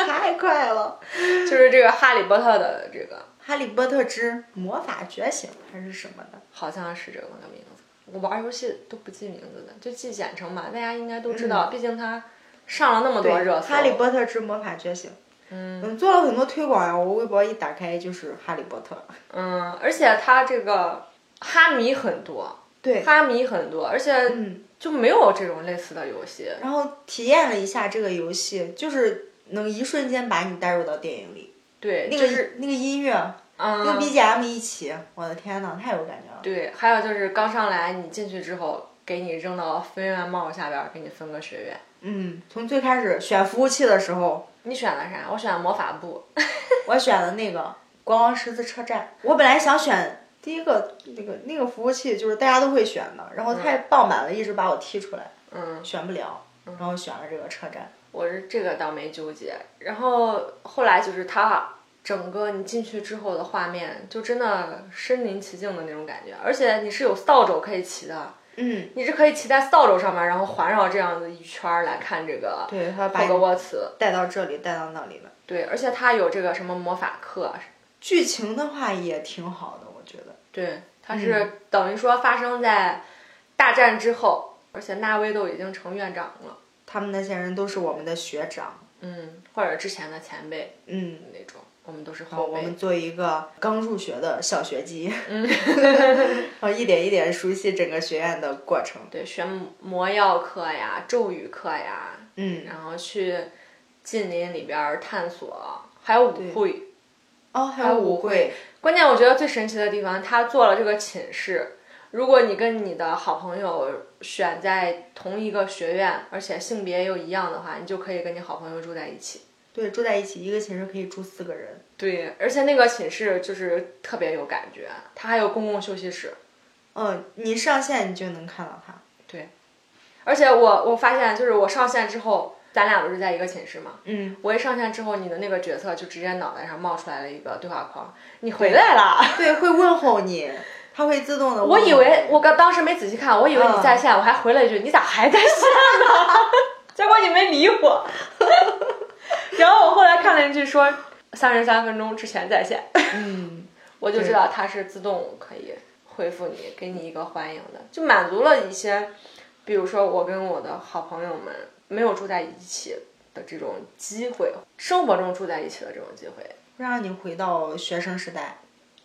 S2: 太快了，
S1: 就是这个《哈利波特》的这个，
S2: 《哈利波特之魔法觉醒》还是什么的。
S1: 好像是这么个名字。我玩儿游戏都不记名字的，就记简称吧，大家应该都知道，毕竟它上了那么
S2: 嗯对，
S1: 多热
S2: 《
S1: 搜。
S2: 哈利波特之魔法觉醒》
S1: 嗯
S2: 嗯，做了很多推广呀、我微博一打开就是《哈利波特》。
S1: 嗯，而且它这个哈迷很多，
S2: 对，
S1: 哈迷很多，而且
S2: 嗯，
S1: 就没有这种类似的游戏。
S2: 然后体验了一下这个游戏，就是能一瞬间把你带入到电影里，
S1: 对，
S2: 那
S1: 就
S2: 个、
S1: 是
S2: 那个音乐，那个
S1: 嗯，
S2: BGM 一起，我的天呐，太有感觉了。
S1: 对，还有就是刚上来你进去之后，给你扔到分院帽下边儿，给你分个学院。
S2: 嗯，从最开始选服务器的时候，
S1: 你选了啥？我选了魔法部。
S2: 我选了那个国王十字车站，我本来想选。第一个那个那个服务器就是大家都会选的，然后太爆满了，一直把我踢出来，
S1: 嗯，
S2: 选不了，然后选了这个车站。
S1: 我是这个倒没纠结。然后后来就是它整个你进去之后的画面，就真的身临其境的那种感觉，而且你是有扫帚可以骑的，
S2: 嗯，
S1: 你是可以骑在扫帚上面，然后环绕这样子一圈儿来看这个
S2: 对，他把
S1: 霍格
S2: 你
S1: 沃茨。
S2: 带到这里，带到那里了。
S1: 对，而且它有这个什么魔法课，
S2: 剧情的话也挺好的，我觉得。
S1: 对，它
S2: 嗯
S1: 是等于说发生在大战之后，而且纳威都已经成院长了，
S2: 他们那些人都是我们的学长，
S1: 嗯，或者之前的前辈
S2: 嗯，
S1: 那种，我们都是
S2: 然后
S1: 后
S2: 哦我
S1: 辈
S2: 们。做一个刚入学的小学鸡， 然后一点一点熟悉整个学院的过程，
S1: 对，学魔药课呀、咒语课呀，
S2: 嗯，
S1: 然后去近邻里边儿探索，还有舞会。
S2: 哦，还
S1: 还
S2: 有
S1: 有
S2: 舞
S1: 舞会
S2: 会，
S1: 关键我觉得最神奇的地方，他做了这个寝室。如果你跟你的好朋友选在同一个学院，而且性别又一样的话，你就可以跟你好朋友住在一起。
S2: 对，住在一起，一个寝室可以住四个人，
S1: 对，而且那个寝室就是特别有感觉，它还有公共休息室。
S2: 嗯，你上线你就能看到他，
S1: 而且我我发现，就是我上线之后，咱俩不是在一个寝室嘛，
S2: 嗯，
S1: 我一上线之后，你的那个角色就直接脑袋上冒出来了一个对话框，你回来了。
S2: 对，会问候你，他会自动的，
S1: 我以为我刚当时没仔细看，我以为你在线，我还回了一句你咋还在线呢？ 结果你没理我。然后我后来看了一句说三十三分钟之前在线，
S2: 嗯，
S1: 我就知道它是自动可以回复你，给你一个欢迎的，就满足了一些，比如说我跟我的好朋友们没有住在一起的这种机会，生活中住在一起的这种机会。
S2: 让你回到学生时代，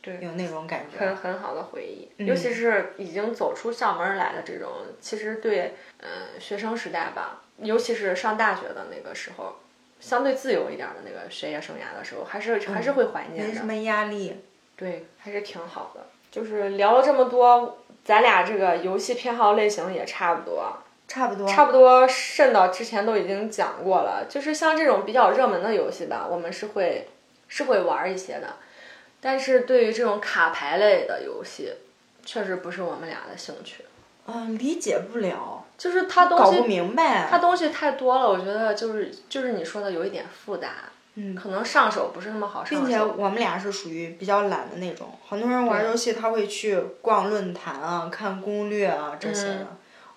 S1: 对
S2: 有那种感觉，啊
S1: 很很好的回忆，
S2: 嗯
S1: 尤其是已经走出校门来的这种，其实对，嗯、学生时代吧，尤其是上大学的那个时候，相对自由一点的那个学业生涯的时候，还是还是会怀
S2: 嗯没
S1: 念
S2: 什
S1: 的，
S2: 么压力，
S1: 对，还是挺好的。就是聊了这么多，咱俩这个游戏偏好类型也差不多，
S2: 差不多，
S1: 差不多甚到之前都已经讲过了，就是像这种比较热门的游戏吧，我们是会是会玩一些的，但是对于这种卡牌类的游戏，确实不是我们俩的兴趣，
S2: 嗯，理解不了，
S1: 就是它
S2: 搞
S1: 东
S2: 不
S1: 西
S2: 明白，
S1: 它东西太多了，我觉得就是就是你说的有一点复杂，
S2: 嗯
S1: 可能上手不是那么好
S2: 并
S1: 上
S2: 且
S1: 手，
S2: 我们俩是属于比较懒的那种，很多人玩游戏他会去逛论坛啊、看攻略啊这些
S1: 嗯
S2: 的。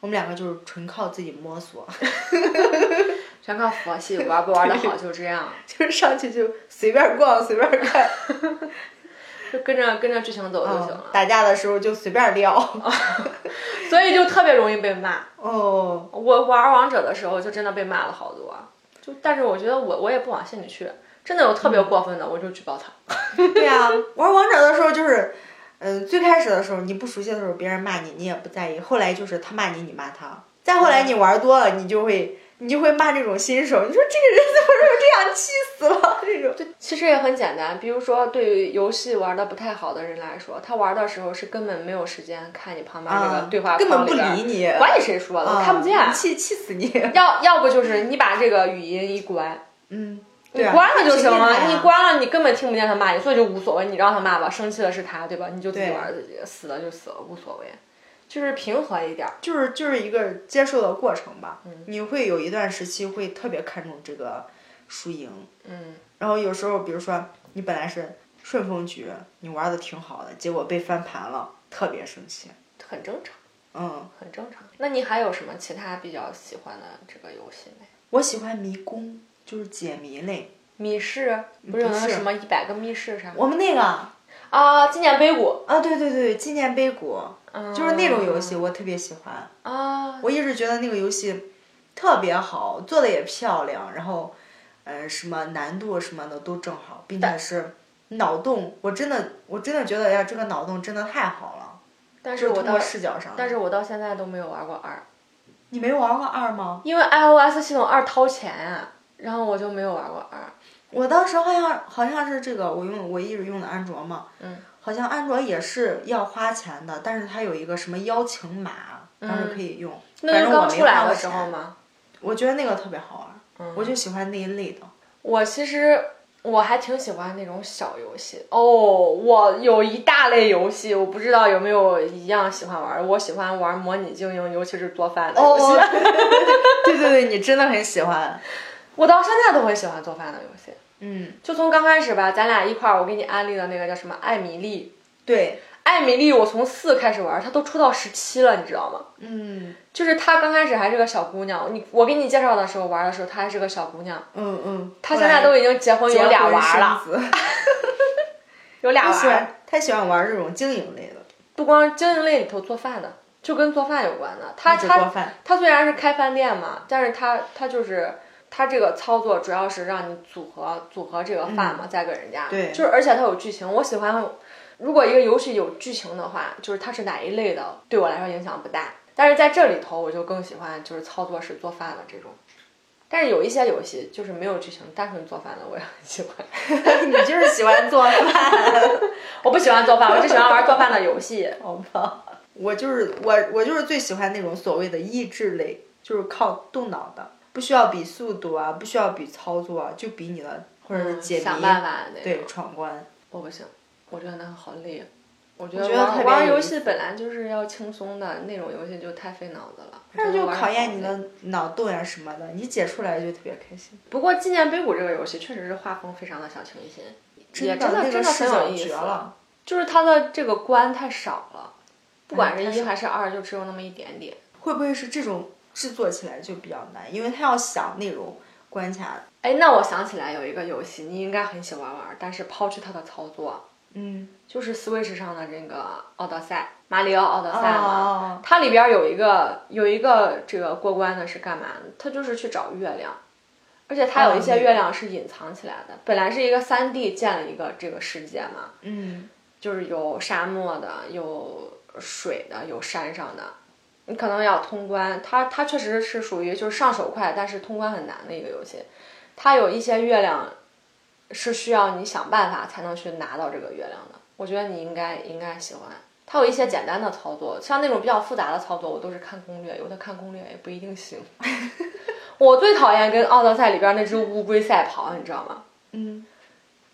S2: 我们两个就是纯靠自己摸索，
S1: 全靠佛系，玩不玩的好就这 样，
S2: 就是上去就随便逛、随便看，
S1: 就跟着跟着剧情走就行
S2: 嗯
S1: 了，
S2: 打架的时候就随便撩。嗯
S1: 所以就特别容易被骂。
S2: 哦，
S1: 我玩王者的时候就真的被骂了好多，就但是我觉得我我也不往心里去，真的有特别
S2: 嗯
S1: 过分的，我就举报他。
S2: 对啊，玩王者的时候就是，呃嗯，最开始的时候你不熟悉的时候别人骂你，你也不在意，后来就是他骂你，你骂他，再后来你玩多了，你就会你就会骂这种新手，你说这个人怎么这么这样，气死了这种。
S1: 对，其实也很简单。比如说，对于游戏玩的不太好的人来说，他玩的时候是根本没有时间看你旁边这个对话框
S2: 啊根本不
S1: 里边
S2: 理你
S1: 管你谁说的，我看不见。
S2: 嗯气气死你！
S1: 要要不就是你把这个语音一关，
S2: 嗯，
S1: 你
S2: 对啊
S1: 关了就行
S2: 那是
S1: 了。
S2: 变态啊
S1: 你关了，你根本听不见他骂你，所以就无所谓。你让他骂吧，生气的是他，对吧？你就自己
S2: 对
S1: 玩自己，死了就死了，无所谓。就是平和一点儿。
S2: 就是就是一个接受的过程吧。你会有一段时期会特别看重这个输赢，
S1: 嗯，
S2: 然后有时候比如说你本来是顺风局，你玩的挺好的，结果被翻盘了，特别生气。
S1: 很正常，
S2: 嗯，
S1: 很正常。那你还有什么其他比较喜欢的这个游戏没？
S2: 我喜欢迷宫，就是解谜类。
S1: 密室不是有
S2: 不
S1: 那个
S2: 是
S1: 什么一百个密室啥的
S2: 我们那个啊，
S1: 啊？纪念碑谷。
S2: 对对对，纪念碑谷，就是那种游戏我特别喜欢。
S1: 啊，
S2: 我一直觉得那个游戏特别好，做的也漂亮，然后，呃，什么难度什么的都正好，并且是脑洞，我真的我真的觉得呀，这个脑洞真的太好了。
S1: 但是我
S2: 通
S1: 到
S2: 过视角上，
S1: 但是我到现在都没有玩过二，
S2: 你没玩过二吗？
S1: 因为 iOS 系统二掏钱啊，然后我就没有玩过二。
S2: 我当时好像好像是这个，我用我一直用的安卓嘛，
S1: 嗯，
S2: 好像安卓也是要花钱的，但是它有一个什么邀请码，当时可以用。
S1: 嗯那
S2: 反
S1: 就
S2: 正我
S1: 刚
S2: 没
S1: 出来
S2: 花过
S1: 的时候嗯
S2: 钱
S1: 嘛。
S2: 我觉得那个特别好玩，我就喜欢那一类的。
S1: 我其实我还挺喜欢那种小游戏哦。我有一大类游戏，我不知道有没有一样喜欢玩。我喜欢玩模拟经营，尤其是做饭的游戏。
S2: 哦，对对对，你真的很喜欢。
S1: 我到现在都很喜欢做饭的游戏。
S2: 嗯，
S1: 就从刚开始吧，咱俩一块儿，我给你安利的那个叫什么艾米丽，
S2: 对，
S1: 艾米丽，我从四开始玩，她都出到十七了，你知道吗？
S2: 嗯
S1: 就是她刚开始还是个小姑娘，你我给你介绍的时候玩的时候，她还是个小姑娘，
S2: 嗯嗯，
S1: 她现在都已经结婚有俩娃了，
S2: 了，
S1: 有俩
S2: 他喜
S1: 娃儿，
S2: 欢他喜欢玩这种经营类的，
S1: 不光经营类里头做饭的，就跟做饭有关的。她
S2: 一直做
S1: 她
S2: 饭。
S1: 她虽然是开饭店嘛，但是她她就是。她这个操作主要是让你组合组合这个饭嘛，再给人家，
S2: 嗯对
S1: 就是而且它有剧情，我喜欢。如果一个游戏有剧情的话，就是它是哪一类的，对我来说影响不大。但是在这里头，我就更喜欢就是操作式做饭的这种。但是有一些游戏就是没有剧情，单纯做饭的我也很喜欢。
S2: 你就是喜欢做饭，
S1: 我不喜欢做饭，我只喜欢玩做饭的游戏。
S2: 好吧？ 我就是我，我就是最喜欢那种所谓的益智类，就是靠动脑的，不需要比速度啊，不需要比操作啊，就比你的或者是解谜，
S1: 嗯想办法那种。
S2: 对，闯关。
S1: 我不行，我觉得那个好累啊。我觉得
S2: 我觉得特
S1: 玩
S2: 别
S1: 玩
S2: 有
S1: 游
S2: 意
S1: 戏
S2: 思
S1: 本来就是要轻松的，那种游戏就太费脑子了。
S2: 但是就
S1: 我觉得玩
S2: 考验你
S1: 好累。
S2: 的脑洞呀、什么的，你解出来就特别开心。
S1: 不过《纪念碑谷》这个游戏确实是画风非常的小清新，也真
S2: 的
S1: 的
S2: 那
S1: 真
S2: 个
S1: 的
S2: 视
S1: 很
S2: 角
S1: 有意思
S2: 绝。了。
S1: 就是它的这个关太少了，不管是
S2: 哎太
S1: 一
S2: 少
S1: 还是二，就只有那么一点点。
S2: 会不会是这种制作起来就比较难？因为他要想那种关卡，
S1: 哎，那我想起来有一个游戏，你应该很喜欢玩，但是抛去它的操作，
S2: 嗯，
S1: 就是 Switch 上的那个《奥德赛》，马里奥奥德赛嘛。
S2: 啊，
S1: 它里边有一个有一个这个过关的是干嘛？它就是去找月亮，而且它有一
S2: 哦
S1: 些
S2: 那个
S1: 月亮是隐藏起来的。本来是一个3 D 建了一个这个世界嘛，
S2: 嗯，
S1: 就是有沙漠的，有水的，有山上的，你可能要通关。它它确实是属于就是上手快，但是通关很难的一个游戏。它有一些月亮是需要你想办法才能去拿到这个月亮的。我觉得你应该应该喜欢。它有一些简单的操作，像那种比较复杂的操作，我都是看攻略，有的看攻略也不一定行。 我最讨厌跟《奥德赛》里边那只乌龟赛跑，你知道吗？
S2: 嗯，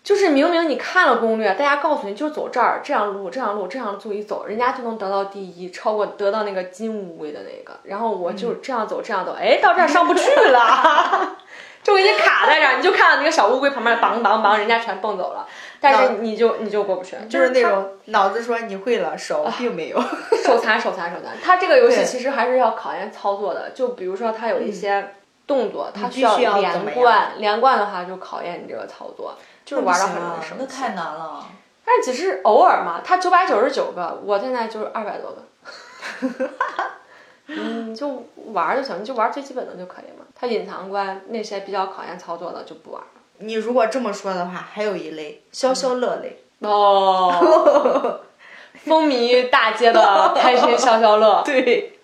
S1: 就是明明你看了攻略，大家告诉你就走这儿，这样路，这样路，这样路一走，人家就能得到第一，超过得到那个金乌龟的那个。然后我
S2: 嗯
S1: 就这样走，这样走，哎，到这儿上不去了， 就给你卡在这儿，你就看到那个小乌龟旁边梆梆梆，人家全蹦走了，但是你就你就过不去，就
S2: 就是
S1: 是
S2: 那
S1: 它
S2: 种脑子说你会了，手并 没有。
S1: 手残手残手残。它这个游戏
S2: 对嗯
S1: 其实还是要考验操作的，就比如说它有一些动作，它需
S2: 必须要怎
S1: 连
S2: 么样
S1: 贯，连贯的话就考验你这个操作，就是玩的很
S2: 啊
S1: 容易生气。
S2: 难了。
S1: 但是只是偶尔嘛，他九百九十九个，我现在就是二百多个。 嗯，你就玩儿就行，你就玩儿最基本的就可以嘛。它隐藏关那些比较考验操作的就不玩儿了。
S2: 你如果这么说的话，还有一类消消乐类，
S1: 哦， 风靡大街的开心消消乐，
S2: 对，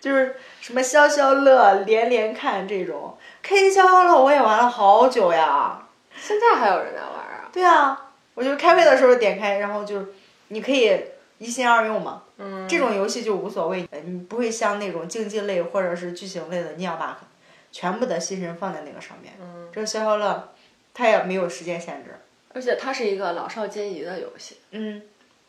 S2: 就是什么消消乐、连连看这种。K 消消乐我也玩了好久呀。
S1: 现在还有人在玩啊？
S2: 对啊，我就开会的时候点开，然后就你可以一心二用嘛。
S1: 嗯，
S2: 这种游戏就无所谓，呃你不会像那种竞技类或者是剧情类的，你要把全部的心神放在那个上面。
S1: 嗯，
S2: 这个消消乐它也没有时间限制。
S1: 而且它是一个老少皆宜的游戏，
S2: 嗯，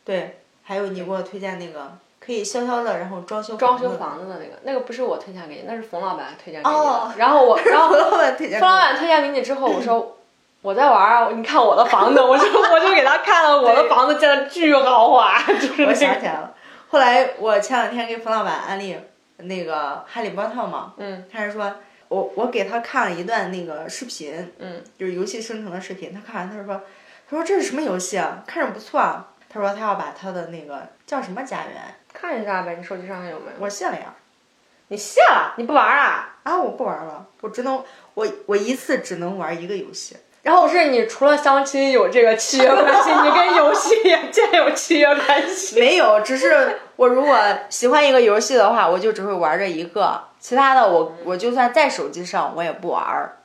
S2: 对，还有你给我推荐那个可以消消乐，然后装修
S1: 装
S2: 子
S1: 修房子的那个，那个不是我推荐给你，那是冯老板推荐给你的。
S2: 哦
S1: 然后我，然后
S2: 冯老 板推荐给
S1: 冯
S2: 我
S1: 老板推荐给你之后，我 说我在玩啊，你看我的房子，我 就我就给他看了我的房子建的巨豪华，就是
S2: 我
S1: 那
S2: 想
S1: 个
S2: 起来了。 后来我前两天给冯老板安利那个《哈利波特》嘛，
S1: 嗯，
S2: 他是说我我给他看了一段那个视频，
S1: 嗯，
S2: 就是游戏生成的视频，他看完他就说，他说这是什么游戏啊？看着不错啊。他说他要把他的那个叫什么家园，
S1: 看一下呗，你手机上还有没有？
S2: 我卸了呀。
S1: 你卸了，你不玩啊？
S2: 啊，我不玩了，我只能我我一次只能玩一个游戏。
S1: 然后不是你除了相亲有这个契约关系，你跟游戏 也建有契约关系。
S2: 没有，只是我如果喜欢一个游戏的话，我就只会玩这一个，其他的我我就算在手机上我也不玩儿，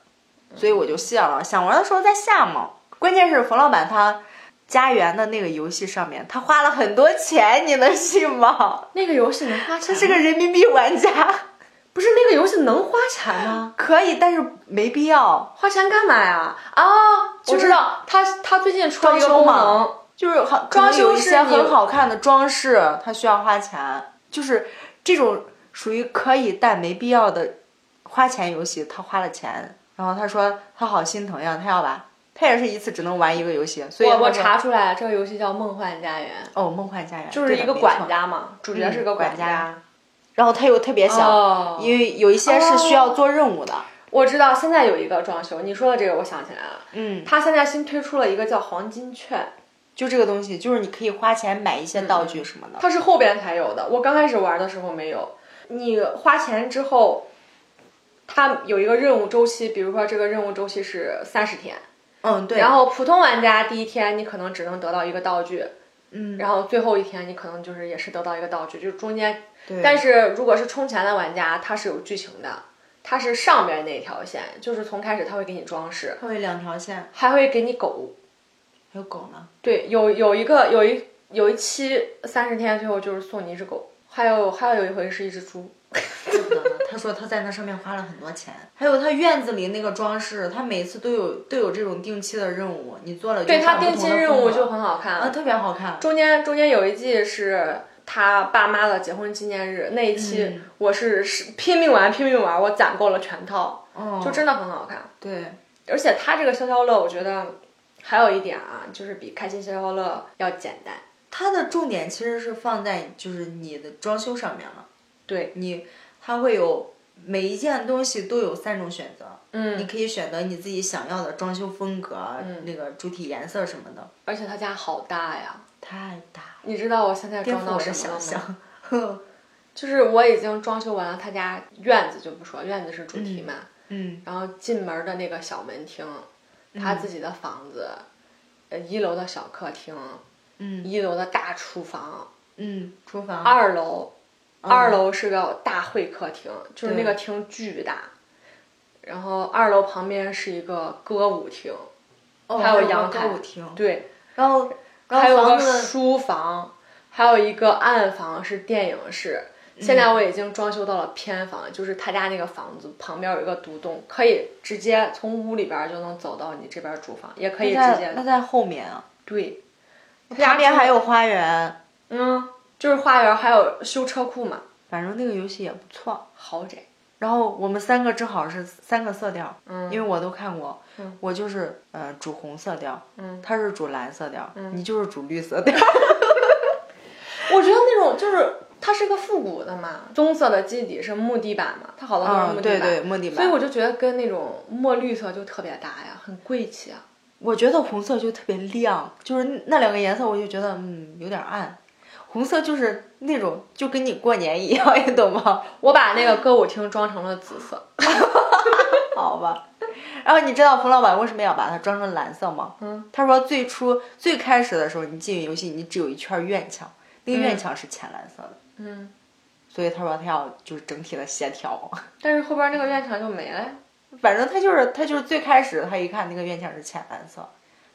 S2: 所以我就卸了。想玩的时候再下嘛。关键是冯老板他家园的那个游戏上面，他花了很多钱，你能信吗？
S1: 那个游戏能花钱
S2: 他
S1: 吗？
S2: 是个人民币玩家，
S1: 不是那个游戏能花钱吗？
S2: 可以，但是没必要。
S1: 花钱干嘛呀？啊，
S2: 就
S1: 我
S2: 是
S1: 知道，他他最近出了一个
S2: 装修
S1: 功
S2: 嘛
S1: 能，
S2: 就是好，可
S1: 装
S2: 能有
S1: 修
S2: 一
S1: 是
S2: 些
S1: 你
S2: 很好看的装饰，它需要花钱，就是这种属于可以但没必要的花钱游戏，他花了钱，然后他说他好心疼呀，他要把，他也是一次只能玩一个游戏，所以
S1: 我我
S2: 他说
S1: 查出来了，这个游戏叫《梦幻家园》，
S2: 哦，梦幻家园
S1: 就是一个管，
S2: 对的没错
S1: 家嘛，主角是个
S2: 管
S1: 嗯家
S2: 家。然后他又特别小，
S1: 哦
S2: 因为有一些是需要做任务的，
S1: 我知道现在有一个装修，你说的这个我想起来了，
S2: 嗯，
S1: 他现在新推出了一个叫黄金券，
S2: 就这个东西，就是你可以花钱买一些道具什么的，
S1: 它是后边才有的，我刚开始玩的时候没有。你花钱之后，它有一个任务周期，比如说这个任务周期是三十天，
S2: 嗯，对，
S1: 然后普通玩家第一天你可能只能得到一个道具，
S2: 嗯，
S1: 然后最后一天你可能就是也是得到一个道具，就中间。
S2: 对
S1: 但是如果是充钱的玩家，他是有剧情的，他是上面那条线，就是从开始他会给你装饰，
S2: 它有两条线，
S1: 还会给你狗。
S2: 还有狗呢，
S1: 对，有有一个有一有一期三十天，最后就是送你一只狗，还有还有有一回是一只猪。
S2: 对不得了 他说他在那上面花了很多钱，还有他院子里那个装饰，他每次都有都有这种定期的任务，你做了就
S1: 对他
S2: 换不
S1: 定
S2: 啊同
S1: 期
S2: 的
S1: 任
S2: 风
S1: 务
S2: 格
S1: 就很好看，
S2: 啊特别好看，
S1: 中间中间有一季是他爸妈的结婚纪念日，那一期
S2: 嗯
S1: 我是是拼命玩拼命玩，我攒够了全套，
S2: 哦
S1: 就真的很好看。
S2: 对，
S1: 而且他这个消消乐，我觉得还有一点啊，就是比开心消消乐要简单。
S2: 它的重点其实是放在就是你的装修上面了，
S1: 对，
S2: 你它会有每一件东西都有三种选择，你
S1: 嗯，
S2: 可以选择你自己想要的装修风格，啊那个主体颜色什么的，
S1: 而且他家好大呀，
S2: 太大了，
S1: 你知道我现在
S2: 颠
S1: 装
S2: 覆
S1: 到
S2: 我
S1: 什
S2: 的
S1: 么
S2: 想
S1: 了吗？
S2: 象，呵
S1: 就是我已经装修完了他家院子就不说，院子是主题嘛，
S2: 嗯，
S1: 然后进门的那个小门厅，他自己的房子，呃，一楼的小客厅，
S2: 嗯
S1: 一楼的大厨房，
S2: 嗯，厨房
S1: 二楼，二楼是个大会客厅，就是那个厅巨大，然后二楼旁边是一个歌舞厅，
S2: 哦
S1: 还有
S2: 个
S1: 阳
S2: 歌
S1: 台
S2: 舞厅，
S1: 对，
S2: 然后，然
S1: 还有
S2: 后
S1: 个
S2: 房子
S1: 书房，还有一个暗房是电影室。现在我已经装修到了偏房，就是他家那个房子旁边有一个独栋，可以直接从屋里边就能走到你这边厨房，也可以直接
S2: 那在后面啊，
S1: 对，
S2: 旁边还有花园，
S1: 嗯，就是花园，还有修车库嘛，
S2: 反正那个游戏也不错。
S1: 豪宅。
S2: 然后我们三个正好是三个色调，
S1: 嗯
S2: 因为我都看过，我就是呃主红色调，
S1: 嗯
S2: 他是主蓝色调，你就是主绿色调，
S1: 我觉得那种就是它是一个复古的嘛，棕色的基底是木地板嘛，它好多都是木地板，
S2: 嗯对对木地板
S1: 所以我就觉得跟那种墨绿色就特别搭呀，很贵气啊。
S2: 我觉得红色就特别亮，就是那两个颜色我就觉得嗯有点暗，红色就是那种就跟你过年一样， 你懂吗？
S1: 我把那个歌舞厅装成了紫色，
S2: 好吧。然后你知道冯老板为什么要把它装成蓝色吗？
S1: 嗯，
S2: 他说最初最开始的时候，你进游戏你只有一圈院墙，那个院墙是浅蓝色的，
S1: 嗯，
S2: 所以他说他要就是整体的协调。
S1: 但是后边那个院墙就没了呀。
S2: 反正他就是他就是最开始他一看那个院墙是浅蓝色，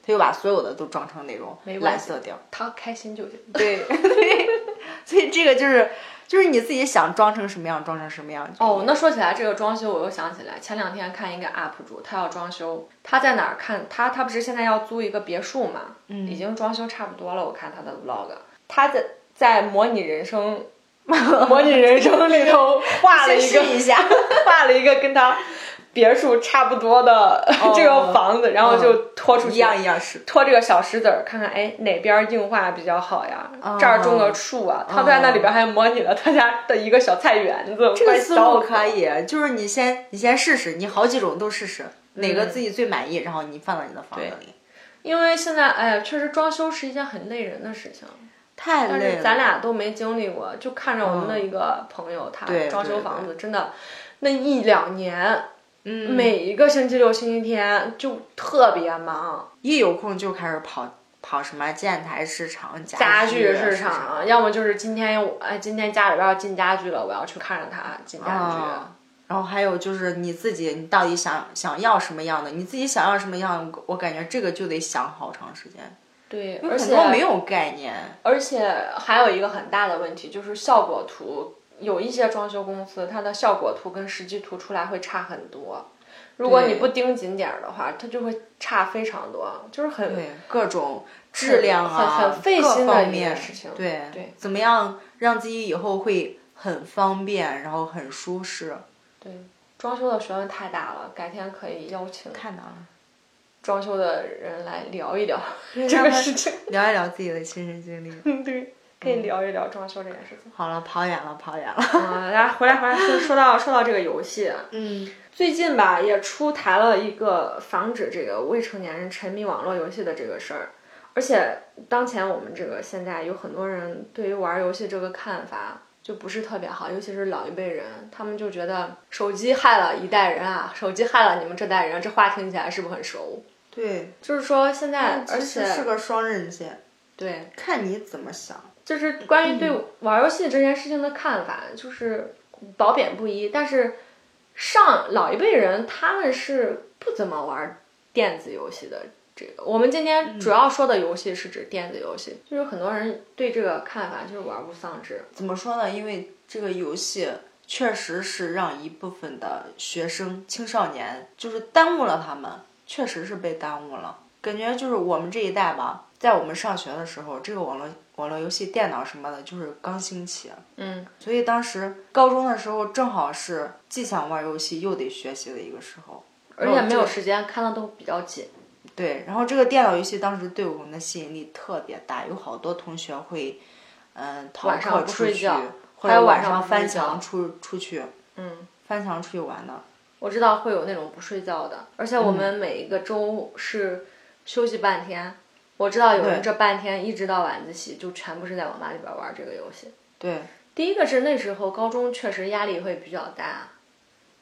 S2: 他就把所有的都装成那种
S1: 没关
S2: 蓝
S1: 系
S2: 色 调。
S1: 他开心就行。
S2: 对对， 所以这个就是就是你自己想装成什么样装成什么样。
S1: 哦，那说起来这个装修，我又想起来，前两天看一个 UP 主，他要装修，他在哪儿看？他他不是现在要租一个别墅嘛，
S2: 嗯
S1: 已经装修差不多了。我看他的 vlog，他在在模拟人生， 模拟人生里头画了一
S2: 先
S1: 个
S2: 试一下，
S1: 画了一个跟他别墅差不多的
S2: 哦
S1: 这个房子，然后就拖出
S2: 一
S1: 去，
S2: 样一样试。
S1: 拖这个小石子儿，看看哎哪边儿硬化比较好呀？
S2: 哦
S1: 这儿种个树啊，他在那里边还模拟了他家的一个小菜园子。
S2: 这
S1: 快
S2: 个思
S1: 找
S2: 路
S1: 我
S2: 可以，就是你先你先试试，你好几种都试试，哪
S1: 嗯
S2: 个自己最满意，然后你放到你的房子里。
S1: 因为现在哎，确实装修是一件很累人的事情，
S2: 太
S1: 但
S2: 累
S1: 是
S2: 了，
S1: 咱俩都没经历过。就看着我们的一个朋友，他
S2: 对
S1: 装修
S2: 对
S1: 房子真的那一两年，
S2: 嗯，
S1: 每一个星期六、星期天就特别忙，
S2: 一有空就开始跑跑什么建材市场、
S1: 家具
S2: 具
S1: 市
S2: 市
S1: 场，要么就是今天我哎，今天家里边要进家具了，我要去看着他进家具。
S2: 啊然后还有就是你自己，你到底想想要什么样的？你自己想要什么样？我我感觉这个就得想好长时间，
S1: 对，
S2: 因
S1: 而
S2: 为很
S1: 且
S2: 多没有概念。
S1: 而且还有一个很大的问题就是效果图，有一些装修公司它的效果图跟实际图出来会差很多。如果你
S2: 对
S1: 不盯紧点儿的话，它就会差非常多，就是很
S2: 对，各种质量啊，
S1: 很很费心的
S2: 各方
S1: 一
S2: 面
S1: 件事情。
S2: 对
S1: 对，
S2: 怎么样让自己以后会很方便，然后很舒适？
S1: 对，装修的学问太大了，改天可以邀请
S2: 太难了，
S1: 装修的人来聊一聊
S2: 对
S1: 这
S2: 让
S1: 个
S2: 他
S1: 事情。
S2: 聊一聊自己的亲身经历。
S1: 对，可以聊一聊装修这件事情。
S2: 好了，跑远了，跑远了。
S1: 啊，然后回来回来说说到说到这个游戏，啊
S2: 嗯，
S1: 最近吧，也出台了一个防止这个未成年人沉迷网络游戏的这个事儿，而且当前我们这个现在有很多人对于玩游戏这个看法就不是特别好，尤其是老一辈人，他们就觉得手机害了一代人啊，手机害了你们这代人，这话听起来是不是很熟？
S2: 对，
S1: 就是说现在，而
S2: 嗯其实
S1: 且
S2: 是个双刃剑，
S1: 对，
S2: 看你怎么想。
S1: 就是关于对玩游戏这件事情的看法，就是褒贬不一。但是上老一辈人他们是不怎么玩电子游戏的。这个我们今天主要说的游戏是指电子游戏，就是很多人对这个看法就是玩物丧志。
S2: 怎么说呢？因为这个游戏确实是让一部分的学生、青少年就是耽误了他们，确实是被耽误了。感觉就是我们这一代吧，在我们上学的时候，这个网络网络游戏、电脑什么的，就是刚兴起。
S1: 嗯，
S2: 所以当时高中的时候，正好是既想玩游戏又得学习的一个时候。
S1: 而且
S2: 哦
S1: 没有时间，看的都比较紧。
S2: 对，然后这个电脑游戏当时对我们的吸引力特别大，有好多同学会，嗯、逃
S1: 晚上
S2: 课
S1: 不
S2: 出
S1: 睡
S2: 去
S1: 觉，
S2: 或
S1: 还有
S2: 者
S1: 晚
S2: 晚
S1: 上
S2: 上
S1: 不
S2: 翻
S1: 睡觉
S2: 墙出出去，
S1: 嗯，
S2: 翻墙出去玩的。
S1: 我知道会有那种不睡觉的，而且我
S2: 嗯
S1: 们每一个周是休息半天。我知道有人
S2: 对
S1: 这半天一直到晚自习，就全部是在网吧里边玩这个游戏。
S2: 对，
S1: 第一个是那时候高中确实压力会比较大，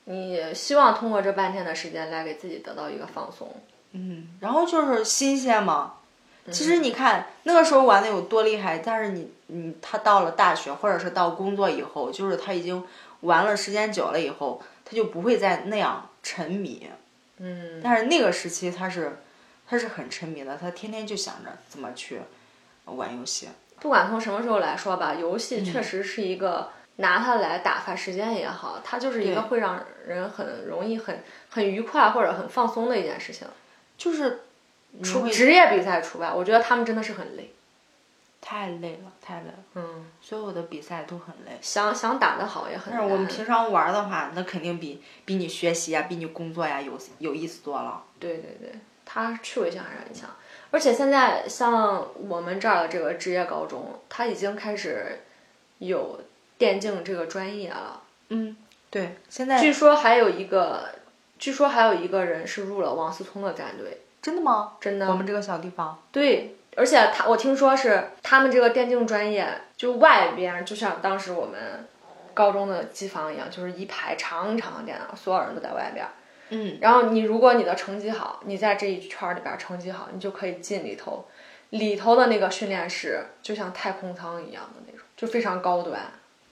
S1: 你希望通过这半天的时间来给自己得到一个放松。
S2: 嗯，然后就是新鲜嘛。
S1: 嗯
S2: 其实你看那个时候玩的有多厉害，但是你你他到了大学或者是到工作以后，就是他已经玩了时间久了以后，他就不会再那样沉迷。
S1: 嗯，
S2: 但是那个时期他是他是很沉迷的，他天天就想着怎么去玩游戏。
S1: 不管从什么时候来说吧，游戏
S2: 嗯
S1: 确实是一个拿它来打发时间也好，它就是一个会让人很容易很很愉快或者很放松的一件事情。
S2: 就是你
S1: 除
S2: 会
S1: 职业比赛除外，我觉得他们真的是很累。
S2: 太累了，太累了，
S1: 嗯，
S2: 所有的比赛都很累。
S1: 想想打得好也很
S2: 但是
S1: 难。
S2: 我们平常玩的话，那肯定比比你学习呀、比你工作呀、有有意思多了。
S1: 对对对，它趣味性还是很强。而且现在像我们这儿的这个职业高中，它已经开始有电竞这个专业了。
S2: 嗯，对，现在
S1: 据说还有一个，据说还有一个人是入了王思聪的战队，
S2: 真的吗？
S1: 真的
S2: 我们这个小地方，
S1: 对。而且他，我听说是他们这个电竞专业，就外边就像当时我们高中的机房一样，就是一排长长的电脑，所有人都在外边。
S2: 嗯，
S1: 然后你如果你的成绩好，你在这一圈儿里边儿成绩好，你就可以进里头，里头的那个训练室就像太空舱一样的那种，就非常高端。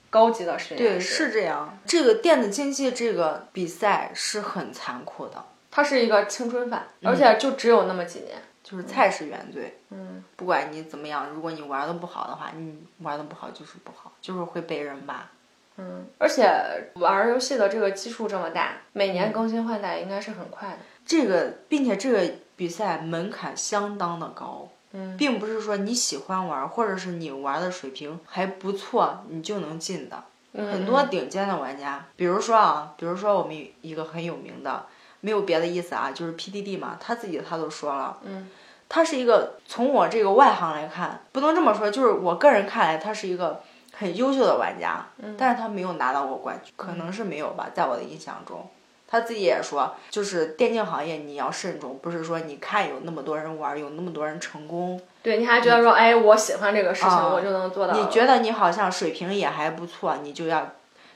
S1: 高级的实验室。
S2: 对，是这样。这个电子竞技这个比赛是很残酷的，
S1: 它是一个青春饭，
S2: 嗯
S1: 而且就只有那么几年。
S2: 就是菜是原罪。
S1: 嗯，
S2: 不管你怎么样，如果你玩的不好的话，你玩的不好就是不好，就是会被人骂。
S1: 嗯，而且玩游戏的这个基数这么大，每年更新换代应该是很快的。
S2: 这个，并且这个比赛门槛相当的高，
S1: 嗯，
S2: 并不是说你喜欢玩，或者是你玩的水平还不错，你就能进的。很多顶尖的玩家，比如说啊，比如说我们一个很有名的，没有别的意思啊，就是 PDD 嘛，他自己他都说了，
S1: 嗯，
S2: 他是一个从我这个外行来看，不能这么说，就是我个人看来，他是一个很优秀的玩家，
S1: 嗯
S2: 但是他没有拿到过冠军，可能是没有吧，在我的印象中。他自己也说，就是电竞行业你要慎重，不是说你看有那么多人玩，有那么多人成功，
S1: 对，你还觉得说，哎，我喜欢这个事情，
S2: 啊
S1: 我就能做到了。
S2: 你觉得你好像水平也还不错，你就要，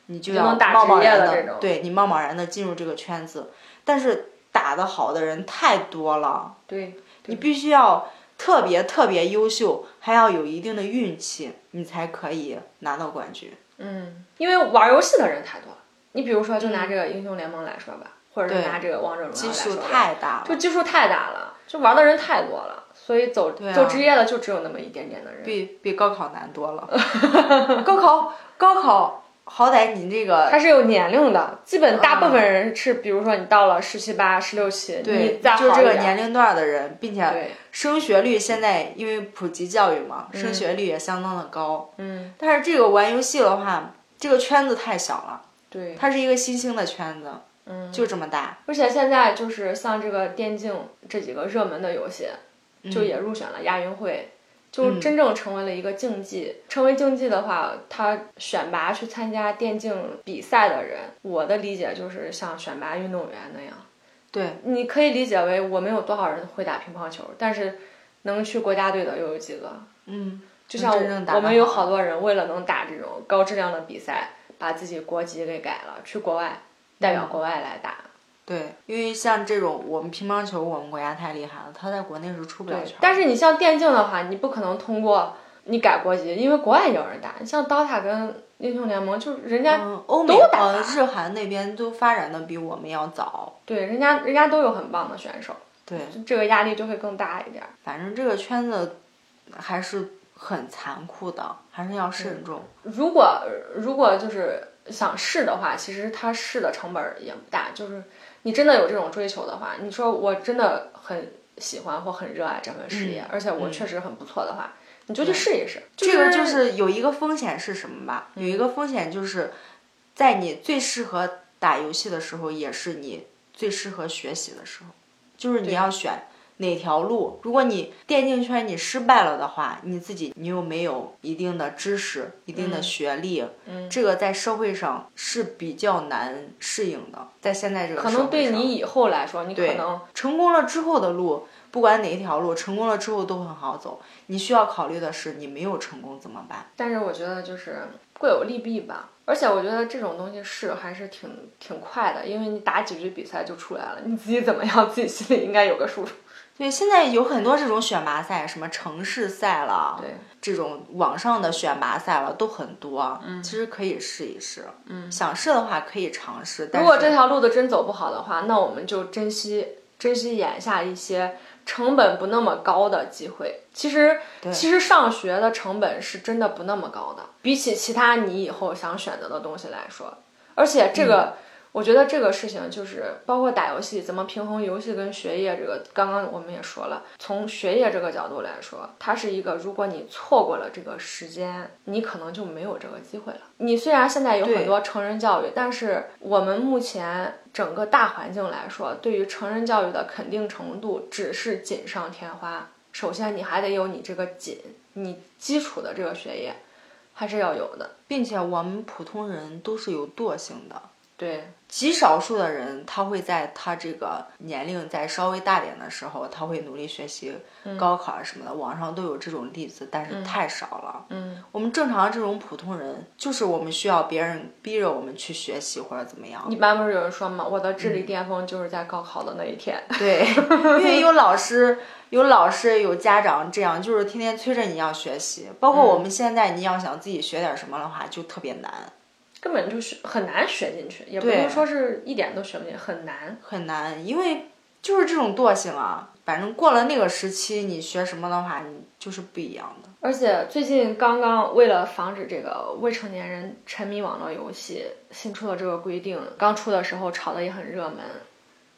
S2: 你就要
S1: 能打
S2: 贸贸
S1: 职业
S2: 然
S1: 了
S2: 的
S1: 这种，
S2: 对你贸贸然的进入这个圈子。但是打得好的人太多了，
S1: 对，
S2: 你必须要特别特别优秀，还要有一定的运气，你才可以拿到冠军。
S1: 嗯，因为玩游戏的人太多了。你比如说，就拿这个英雄联盟来说吧，或者是
S2: 对
S1: 拿这个王者荣耀来
S2: 基
S1: 说
S2: 数
S1: 吧，
S2: 太大
S1: 就
S2: 了，
S1: 基数太大了，就玩的人太多了，所以走、
S2: 啊
S1: 走职业的就只有那么一点点的人。
S2: 比比高考难多了。 高考高考好歹你这个
S1: 它是有年龄的，基本大部分人是，比如说你到了十七八、十六七，你
S2: 对，
S1: 再
S2: 就
S1: 好
S2: 这
S1: 一
S2: 个
S1: 点
S2: 年龄段的人，并且
S1: 对，
S2: 升学率现在因为普及教育嘛，升学率也相当的高。
S1: 嗯，
S2: 但是这个玩游戏的话，这个圈子太小了，
S1: 对，
S2: 它是一个新兴的圈子，
S1: 嗯，
S2: 就这么大。
S1: 而且现在就是像这个电竞这几个热门的游戏，
S2: 嗯
S1: 就也入选了亚运会，就真正成为了一个竞技。成为竞技的话，他选拔去参加电竞比赛的人，我的理解就是像选拔运动员那样。
S2: 对，
S1: 你可以理解为我们有多少人会打乒乓球，但是能去国家队的又有几个？
S2: 嗯，
S1: 就像
S2: 真正打
S1: 我
S2: 得
S1: 我们有
S2: 好
S1: 好多人为了能打这种高质量的比赛，把自己国籍给改了，去国外代
S2: 嗯
S1: 表国外来打。
S2: 对，因为像这种我们乒乓球，我们国家太厉害了，它在国内是出不了圈。
S1: 但是你像电竞的话，你不可能通过你改国籍，因为国外也有人打。你像 DOTA 跟英雄联盟，就是人家、
S2: 嗯，欧美
S1: 都打
S2: 呃日韩那边都发展的比我们要早。
S1: 对人家人家都有很棒的选手，
S2: 对，
S1: 这个压力就会更大一点。
S2: 反正这个圈子还是很残酷的，还是要慎重。
S1: 如果如果就是想试的话，其实它试的成本也不大。就是你真的有这种追求的话，你说我真的很喜欢或很热爱这份事业，而且我确实很不错的话，你就去试一试。就
S2: 嗯这个就是有一个风险是什么吧？有一个风险就是，在你最适合打游戏的时候，也是你最适合学习的时候，就是你要选哪条路。如果你电竞圈你失败了的话，你自己你又没有一定的知识、一定的学历，
S1: 嗯
S2: 这个在社会上是比较难适应的。在现在这个
S1: 可
S2: 社会
S1: 能对
S2: 上
S1: 你以后来说，你可
S2: 对
S1: 能
S2: 成功了之后的路，不管哪一条路，成功了之后都很好走。你需要考虑的是，你没有成功怎么办？
S1: 但是我觉得就是各有利弊吧，而且我觉得这种东西试还是挺挺快的，因为你打几局比赛就出来了，你自己怎么样，自己心里应该有个数。
S2: 对，现在有很多这种选拔赛，什么城市赛了，
S1: 对，
S2: 这种网上的选拔赛了都很多。嗯，其实可以试一试。嗯，想试的话可以尝试。但
S1: 如果
S2: 是
S1: 这条路子真走不好的话，那我们就珍惜珍惜眼下一些成本不那么高的机会。其实其实上学的成本是真的不那么高的，比起其他你以后想选择的东西来说，而且这个。我觉得这个事情就是包括打游戏怎么平衡游戏跟学业这个，刚刚我们也说了，从学业这个角度来说，它是一个如果你错过了这个时间，你可能就没有这个机会了。你虽然现在有很多成人教育，但是我们目前整个大环境来说，对于成人教育的肯定程度只是锦上添花。首先，你还得有你这个锦，你基础的这个学业还是要有的。
S2: 并且我们普通人都是有惰性的，
S1: 对，
S2: 极少数的人，他会在他这个年龄再稍微大点的时候，他会努力学习，
S1: 嗯
S2: 高考啊什么的，网上都有这种例子，但是太少了。
S1: 嗯
S2: 我们正常这种普通人，就是我们需要别人逼着我们去学习或者怎么样。
S1: 一般不是有人说嘛，我的智力巅峰就是在高考的那一天。
S2: 对，因为有老师、有老师、有家长这样，就是天天催着你要学习。包括
S1: 嗯
S2: 我们现在，你要想自己学点什么的话，就特别难，
S1: 根本就是很难学进去，也不能说是一点都学不进去，很难。
S2: 很难，因为就是这种惰性啊。反正过了那个时期，你学什么的话，你就是不一样的。
S1: 而且最近刚刚为了防止这个未成年人沉迷网络游戏，新出的这个规定，刚出的时候炒得也很热门，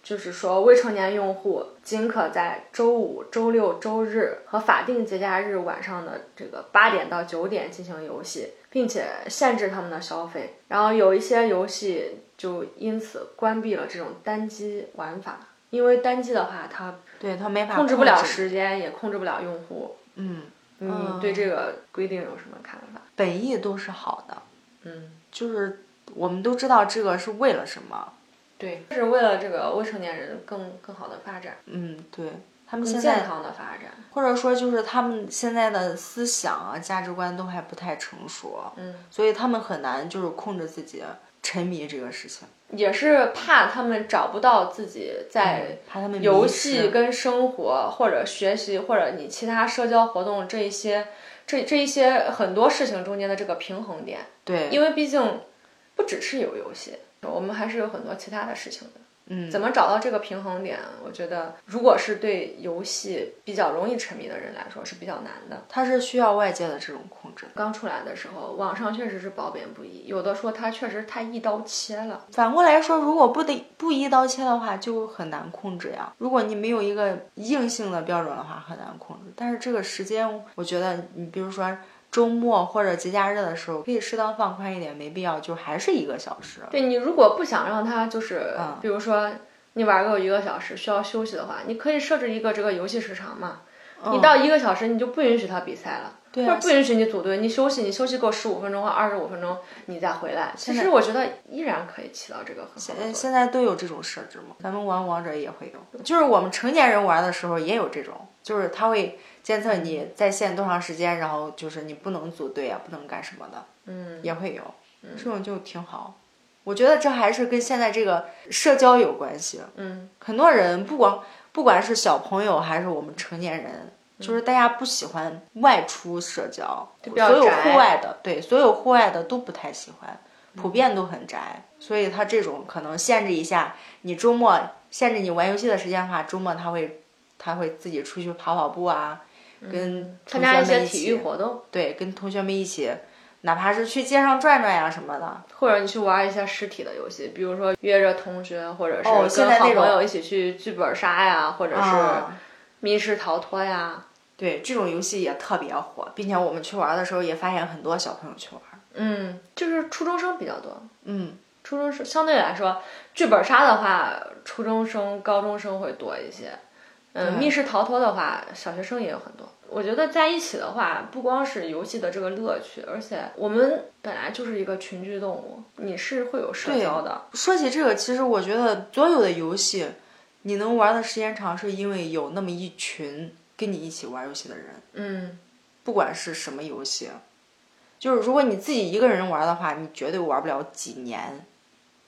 S1: 就是说未成年用户仅可在周五、周六、周日和法定节假日晚上的这个八点到九点进行游戏，并且限制他们的消费。然后有一些游戏就因此关闭了这种单机玩法，因为单机的话，它
S2: 对他没法
S1: 控制不了时间，也控制不了用户。
S2: 嗯，
S1: 你对这个规定有什么看法？
S2: 本意都是好的，
S1: 嗯，
S2: 就是我们都知道这个是为了什么。
S1: 对，是为了呃这个未成年人更更好的发展，
S2: 嗯，对他们
S1: 更
S2: 现
S1: 健
S2: 在
S1: 康的发展。
S2: 或者说就是他们现在的思想啊、价值观都还不太成熟，啊
S1: 嗯，
S2: 所以他们很难就是控制自己沉迷这个事情，
S1: 也是怕他们找不到自己在
S2: 怕他们嗯迷
S1: 游
S2: 失
S1: 戏跟生活或者学习或者你其他社交活动这一些这这一些很多事情中间的这个平衡点，
S2: 对，
S1: 因为毕竟不只是有游戏，我们还是有很多其他的事情的。
S2: 嗯，
S1: 怎么找到这个平衡点？我觉得，如果是对游戏比较容易沉迷的人来说是比较难的。
S2: 他是需要外界的这种控制。
S1: 刚出来的时候，网上确实是褒贬不一，有的说它确实太一刀切了。
S2: 反过来说，如果不得不一刀切的话，就很难控制呀。如果你没有一个硬性的标准的话，很难控制。但是这个时间，我觉得你比如说周末或者节假日的时候，可以适当放宽一点，没必要就还是一个小时。
S1: 对你如果不想让它就是，
S2: 嗯
S1: 比如说你玩够一个小时需要休息的话，你可以设置一个这个游戏时长嘛。你到一个小时，你就不允许他比赛了，
S2: 嗯对
S1: 或
S2: 啊
S1: 者不允许你组队，你休息，你休息够十五分钟或二十五分钟，你再回来。其
S2: 在
S1: 实我觉得依然可以起到这个很好的作
S2: 呃，
S1: 用。
S2: 现在都有这种设置嘛，咱们玩王者也会有，就是我们成年人玩的时候也有这种，就是他会监测你在线多长时间，然后就是你不能组队啊，不能干什么的，
S1: 嗯，
S2: 也会有，这种就挺好。我觉得这还是跟现在这个社交有关系，
S1: 嗯，
S2: 很多人不管不管是小朋友还是我们成年人。就是大家不喜欢外出社交，
S1: 嗯就比较
S2: 所有
S1: 宅嗯
S2: 户外的，对，所有户外的都不太喜欢，普遍都很宅，所以他这种可能限制一下你周末限制你玩游戏的时间的话，周末他会他会自己出去跑跑步啊，跟
S1: 嗯参
S2: 同学
S1: 加一些
S2: 们一
S1: 体育
S2: 起，
S1: 活动，
S2: 对，跟同学们一起，哪怕是去街上转转呀、什么的，
S1: 或者你去玩一些实体的游戏，比如说约着同学，或者
S2: 哦
S1: 是
S2: 现
S1: 跟
S2: 在
S1: 好
S2: 那种
S1: 朋友一起去剧本杀呀，或者是
S2: 啊
S1: 密室逃脱呀。
S2: 对，这种游戏也特别火，并且我们去玩的时候也发现很多小朋友去玩，
S1: 嗯，就是初中生比较多。
S2: 嗯，
S1: 初中生相对来说，剧本杀的话，初中生、高中生会多一些。嗯，
S2: 对
S1: 密室逃脱的话，小学生也有很多。我觉得在一起的话，不光是游戏的这个乐趣，而且我们本来就是一个群居动物，你是会有社
S2: 对
S1: 交的。
S2: 说起这个，其实我觉得所有的游戏，你能玩的时间长，是因为有那么一群跟你一起玩游戏的人，
S1: 嗯，
S2: 不管是什么游戏，就是如果你自己一个人玩的话，你绝对玩不了几年。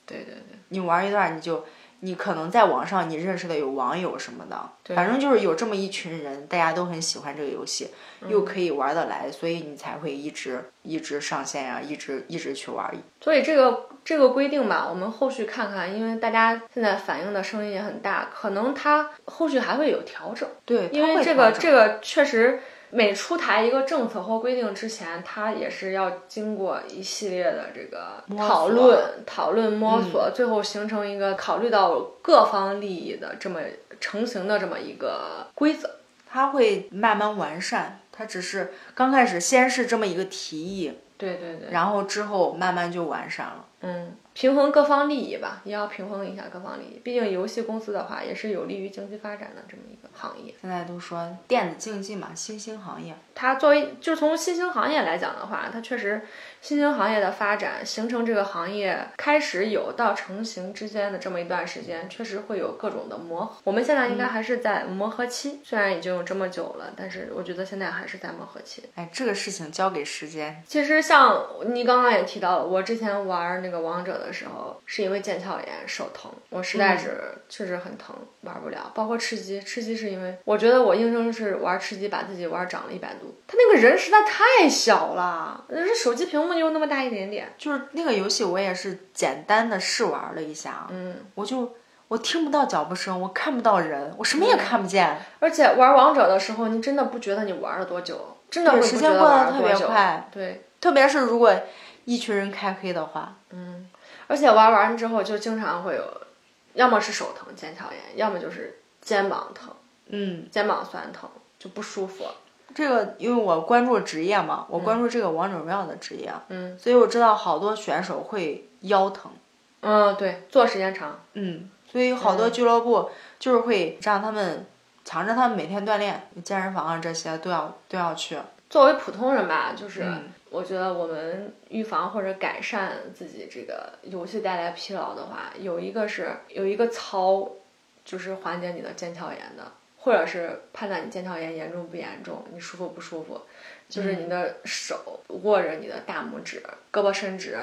S1: 对对对。
S2: 你玩一段，你就你可能在网上你认识的有网友什么的，
S1: 对
S2: 反正就是有这么一群人，大家都很喜欢这个游戏，
S1: 嗯
S2: 又可以玩得来，所以你才会一直一直上线呀、一直一直去玩。
S1: 所以这个这个规定吧，我们后续看看，因为大家现在反映的声音也很大，可能它后续还会有调整，
S2: 对，
S1: 因
S2: 它
S1: 为
S2: 会
S1: 这个
S2: 调整
S1: 这个确实每出台一个政策或规定之前，它也是要经过一系列的这个
S2: 摸索嗯
S1: 讨论、讨论、摸索，最后形成一个考虑到各方利益的这么成型的这么一个规则。
S2: 它会慢慢完善。它只是刚开始先是这么一个提议，
S1: 对对对，
S2: 然后之后慢慢就完善了。
S1: 嗯，平衡各方利益吧，也要平衡一下各方利益。毕竟游戏公司的话，也是有利于经济发展的这么一个行业。
S2: 现在都说电子竞技嘛，新兴行业，
S1: 它作为就是从新兴行业来讲的话，它确实新兴行业的发展，形成这个行业开始有到成型之间的这么一段时间，确实会有各种的磨合。我们现在应该还是在磨合期，虽然已经有这么久了，但是我觉得现在还是在磨合期。
S2: 哎，这个事情交给时间。
S1: 其实像你刚刚也提到了，我之前玩那个王者的时候，是因为腱鞘炎手疼，我实
S2: 嗯
S1: 在是确实很疼，玩不了。包括吃鸡，吃鸡是因为我觉得我硬生是玩吃鸡把自己玩长了一百度，他那个人实在太小了，人家手机屏幕就那么大一点点。
S2: 就是那个游戏，我也是简单的试玩了一下啊，
S1: 嗯，
S2: 我就我听不到脚步声，我看不到人，我什么也
S1: 嗯
S2: 看不见，
S1: 而且玩王者的时候，你真的不觉得你玩了多久，真的
S2: 对
S1: 会
S2: 时
S1: 不
S2: 间
S1: 觉得
S2: 过得
S1: 玩
S2: 特
S1: 了
S2: 别
S1: 多久。
S2: 快。
S1: 对，
S2: 特别是如果一群人开黑的话，
S1: 嗯，而且玩完之后就经常会有，要么是手疼、腱鞘炎，要么就是肩膀疼。
S2: 嗯，
S1: 肩膀酸疼就不舒服。
S2: 这个因为我关注职业嘛，我关注这个王者荣耀的职业，
S1: 嗯
S2: 所以我知道好多选手会腰疼，
S1: 嗯，对，坐时间长，
S2: 嗯，所以好多俱乐部就是会让他们强制他们每天锻炼，健身房啊这些都要都要去，
S1: 作为普通人吧，就是、
S2: 嗯
S1: 我觉得我们预防或者改善自己这个游戏带来疲劳的话，有一个是有一个操，就是缓解你的腱鞘炎的，或者是判断你腱鞘炎严重不严重，你舒服不舒服，就是你的手握着你的大拇指，胳膊伸直，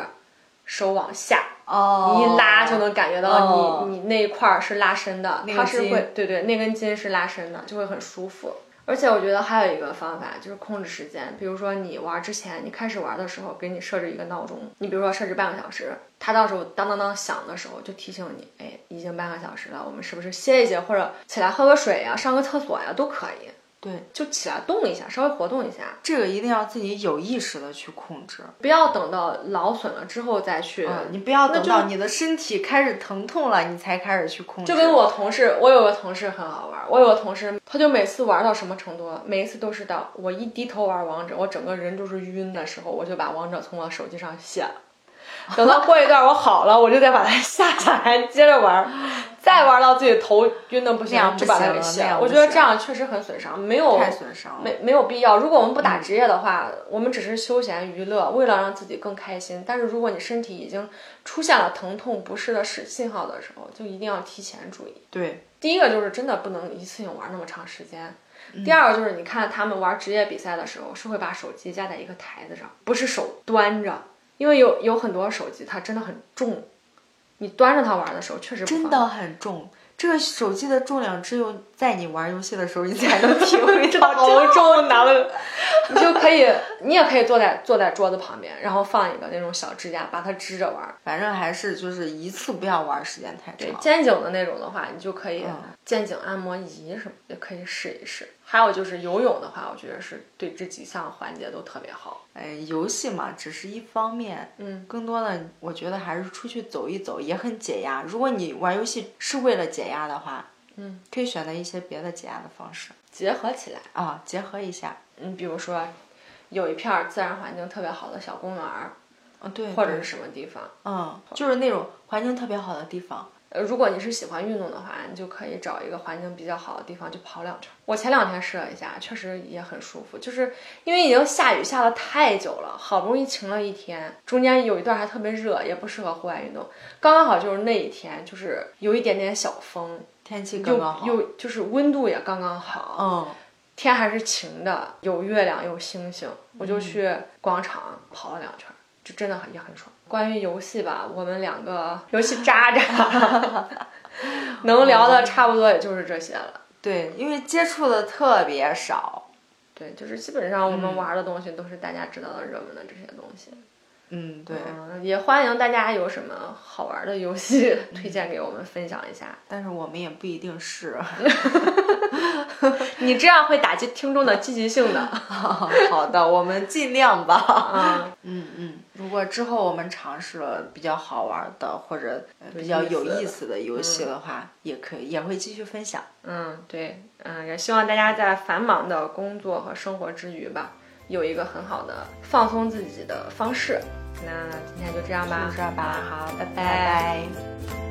S1: 手往下，
S2: 哦
S1: 你一拉就能感觉到你、
S2: 哦
S1: 你那一块儿是拉伸的，
S2: 那
S1: 它
S2: 个
S1: 是
S2: 筋
S1: 会对对，那根筋是拉伸的，就会很舒服。而且我觉得还有一个方法就是控制时间，比如说你玩之前，你开始玩的时候给你设置一个闹钟，你比如说设置半个小时，它到时候当当当响的时候就提醒你，哎，已经半个小时了，我们是不是歇一歇，或者起来喝个水呀、上个厕所呀、都可以，
S2: 对
S1: 就起来动一下，稍微活动一下，
S2: 这个一定要自己有意识的去控制，
S1: 不要等到劳损了之后再去
S2: 嗯，你不要
S1: 那
S2: 等
S1: 就
S2: 到你的身体开始疼痛了，你才开始去控制，
S1: 就跟我同事，我有个同事很好玩儿，我有个同事，他就每次玩到什么程度，每一次都是到我一低头玩王者，我整个人就是晕的时候，我就把王者从我手机上卸了。等到过一段我好了，我就再把它下下来接着玩儿，再玩到自己头晕的不
S2: 那
S1: 行
S2: 样，不
S1: 就把它
S2: 行
S1: 给
S2: 了
S1: 卸
S2: 那样
S1: 了。
S2: 不
S1: 我觉得
S2: 行
S1: 这样确实很损伤，没有
S2: 太损伤了，嗯
S1: 没没有必要。如果我们不打职业的话，我们只是休闲娱乐，为了让自己更开心。但是如果你身体已经出现了疼痛不适的是信号的时候，就一定要提前注意。
S2: 对，
S1: 第一个就是真的不能一次性玩那么长时间。
S2: 嗯
S1: 第二个就是你看他们玩职业比赛的时候，是会把手机架在一个台子上，不是手端着，因为有有很多手机它真的很重，你端着它玩的时候确实不
S2: 真
S1: 方
S2: 的很重。这个手机的重量只有在你玩游戏的时候，你才能体会 到。
S1: 好重，拿了，你就可以，你也可以坐在坐在桌子旁边，然后放一个那种小支架，把它支着玩儿。
S2: 反正还是就是一次不要玩时间太
S1: 对
S2: 长。
S1: 肩颈的那种的话，你就可以
S2: 啊嗯
S1: 肩颈按摩仪什么的可以试一试。还有就是游泳的话，我觉得是对这几项环节都特别好。
S2: 哎，游戏嘛，只是一方面，
S1: 嗯，
S2: 更多的我觉得还是出去走一走也很解压。如果你玩游戏是为了解压的话，
S1: 嗯，
S2: 可以选择一些别的解压的方式
S1: 结合起来，
S2: 啊，结合一下。
S1: 你比如说有一片儿自然环境特别好的小公园儿，
S2: 嗯，对，
S1: 或者是
S2: 对
S1: 什么地方。
S2: 嗯，就是那种环境特别好的地方。
S1: 呃，如果你是喜欢运动的话，你就可以找一个环境比较好的地方去跑两圈儿。我前两天试了一下，确实也很舒服，就是因为已经下雨下了太久了，好不容易晴了一天，中间有一段还特别热，也不适合户外运动，刚刚好就是那一天，就是有一点点小风，
S2: 天气刚
S1: 又
S2: 刚好，
S1: 又就是温度也刚刚好，
S2: 嗯，
S1: 天还是晴的，有月亮有星星，我就去广场跑了两圈儿，就真的很也很爽。关于游戏吧，我们两个游戏渣渣， 能聊的差不多也就是这些了。
S2: 对，因为接触的特别少，
S1: 对，就是基本上我们玩的东西都是大家知道的热门的这些东西。
S2: 嗯，对，
S1: 嗯，也欢迎大家有什么好玩的游戏 推荐给我们分享一下。
S2: 但是我们也不一定 是。
S1: 你这样会打击听众的积极性的。
S2: 好的，我们尽量吧。
S1: 嗯，
S2: 嗯嗯，如果之后我们尝试了比较好玩的或者呃比较有意思的嗯游戏的话，也可以也会继续分享。
S1: 嗯，对，嗯，也希望大家在繁忙的工作和生活之余吧，有一个很好的放松自己的方式。那今天就这样吧，
S2: 就这样吧
S1: 好，拜拜
S2: 嗯拜拜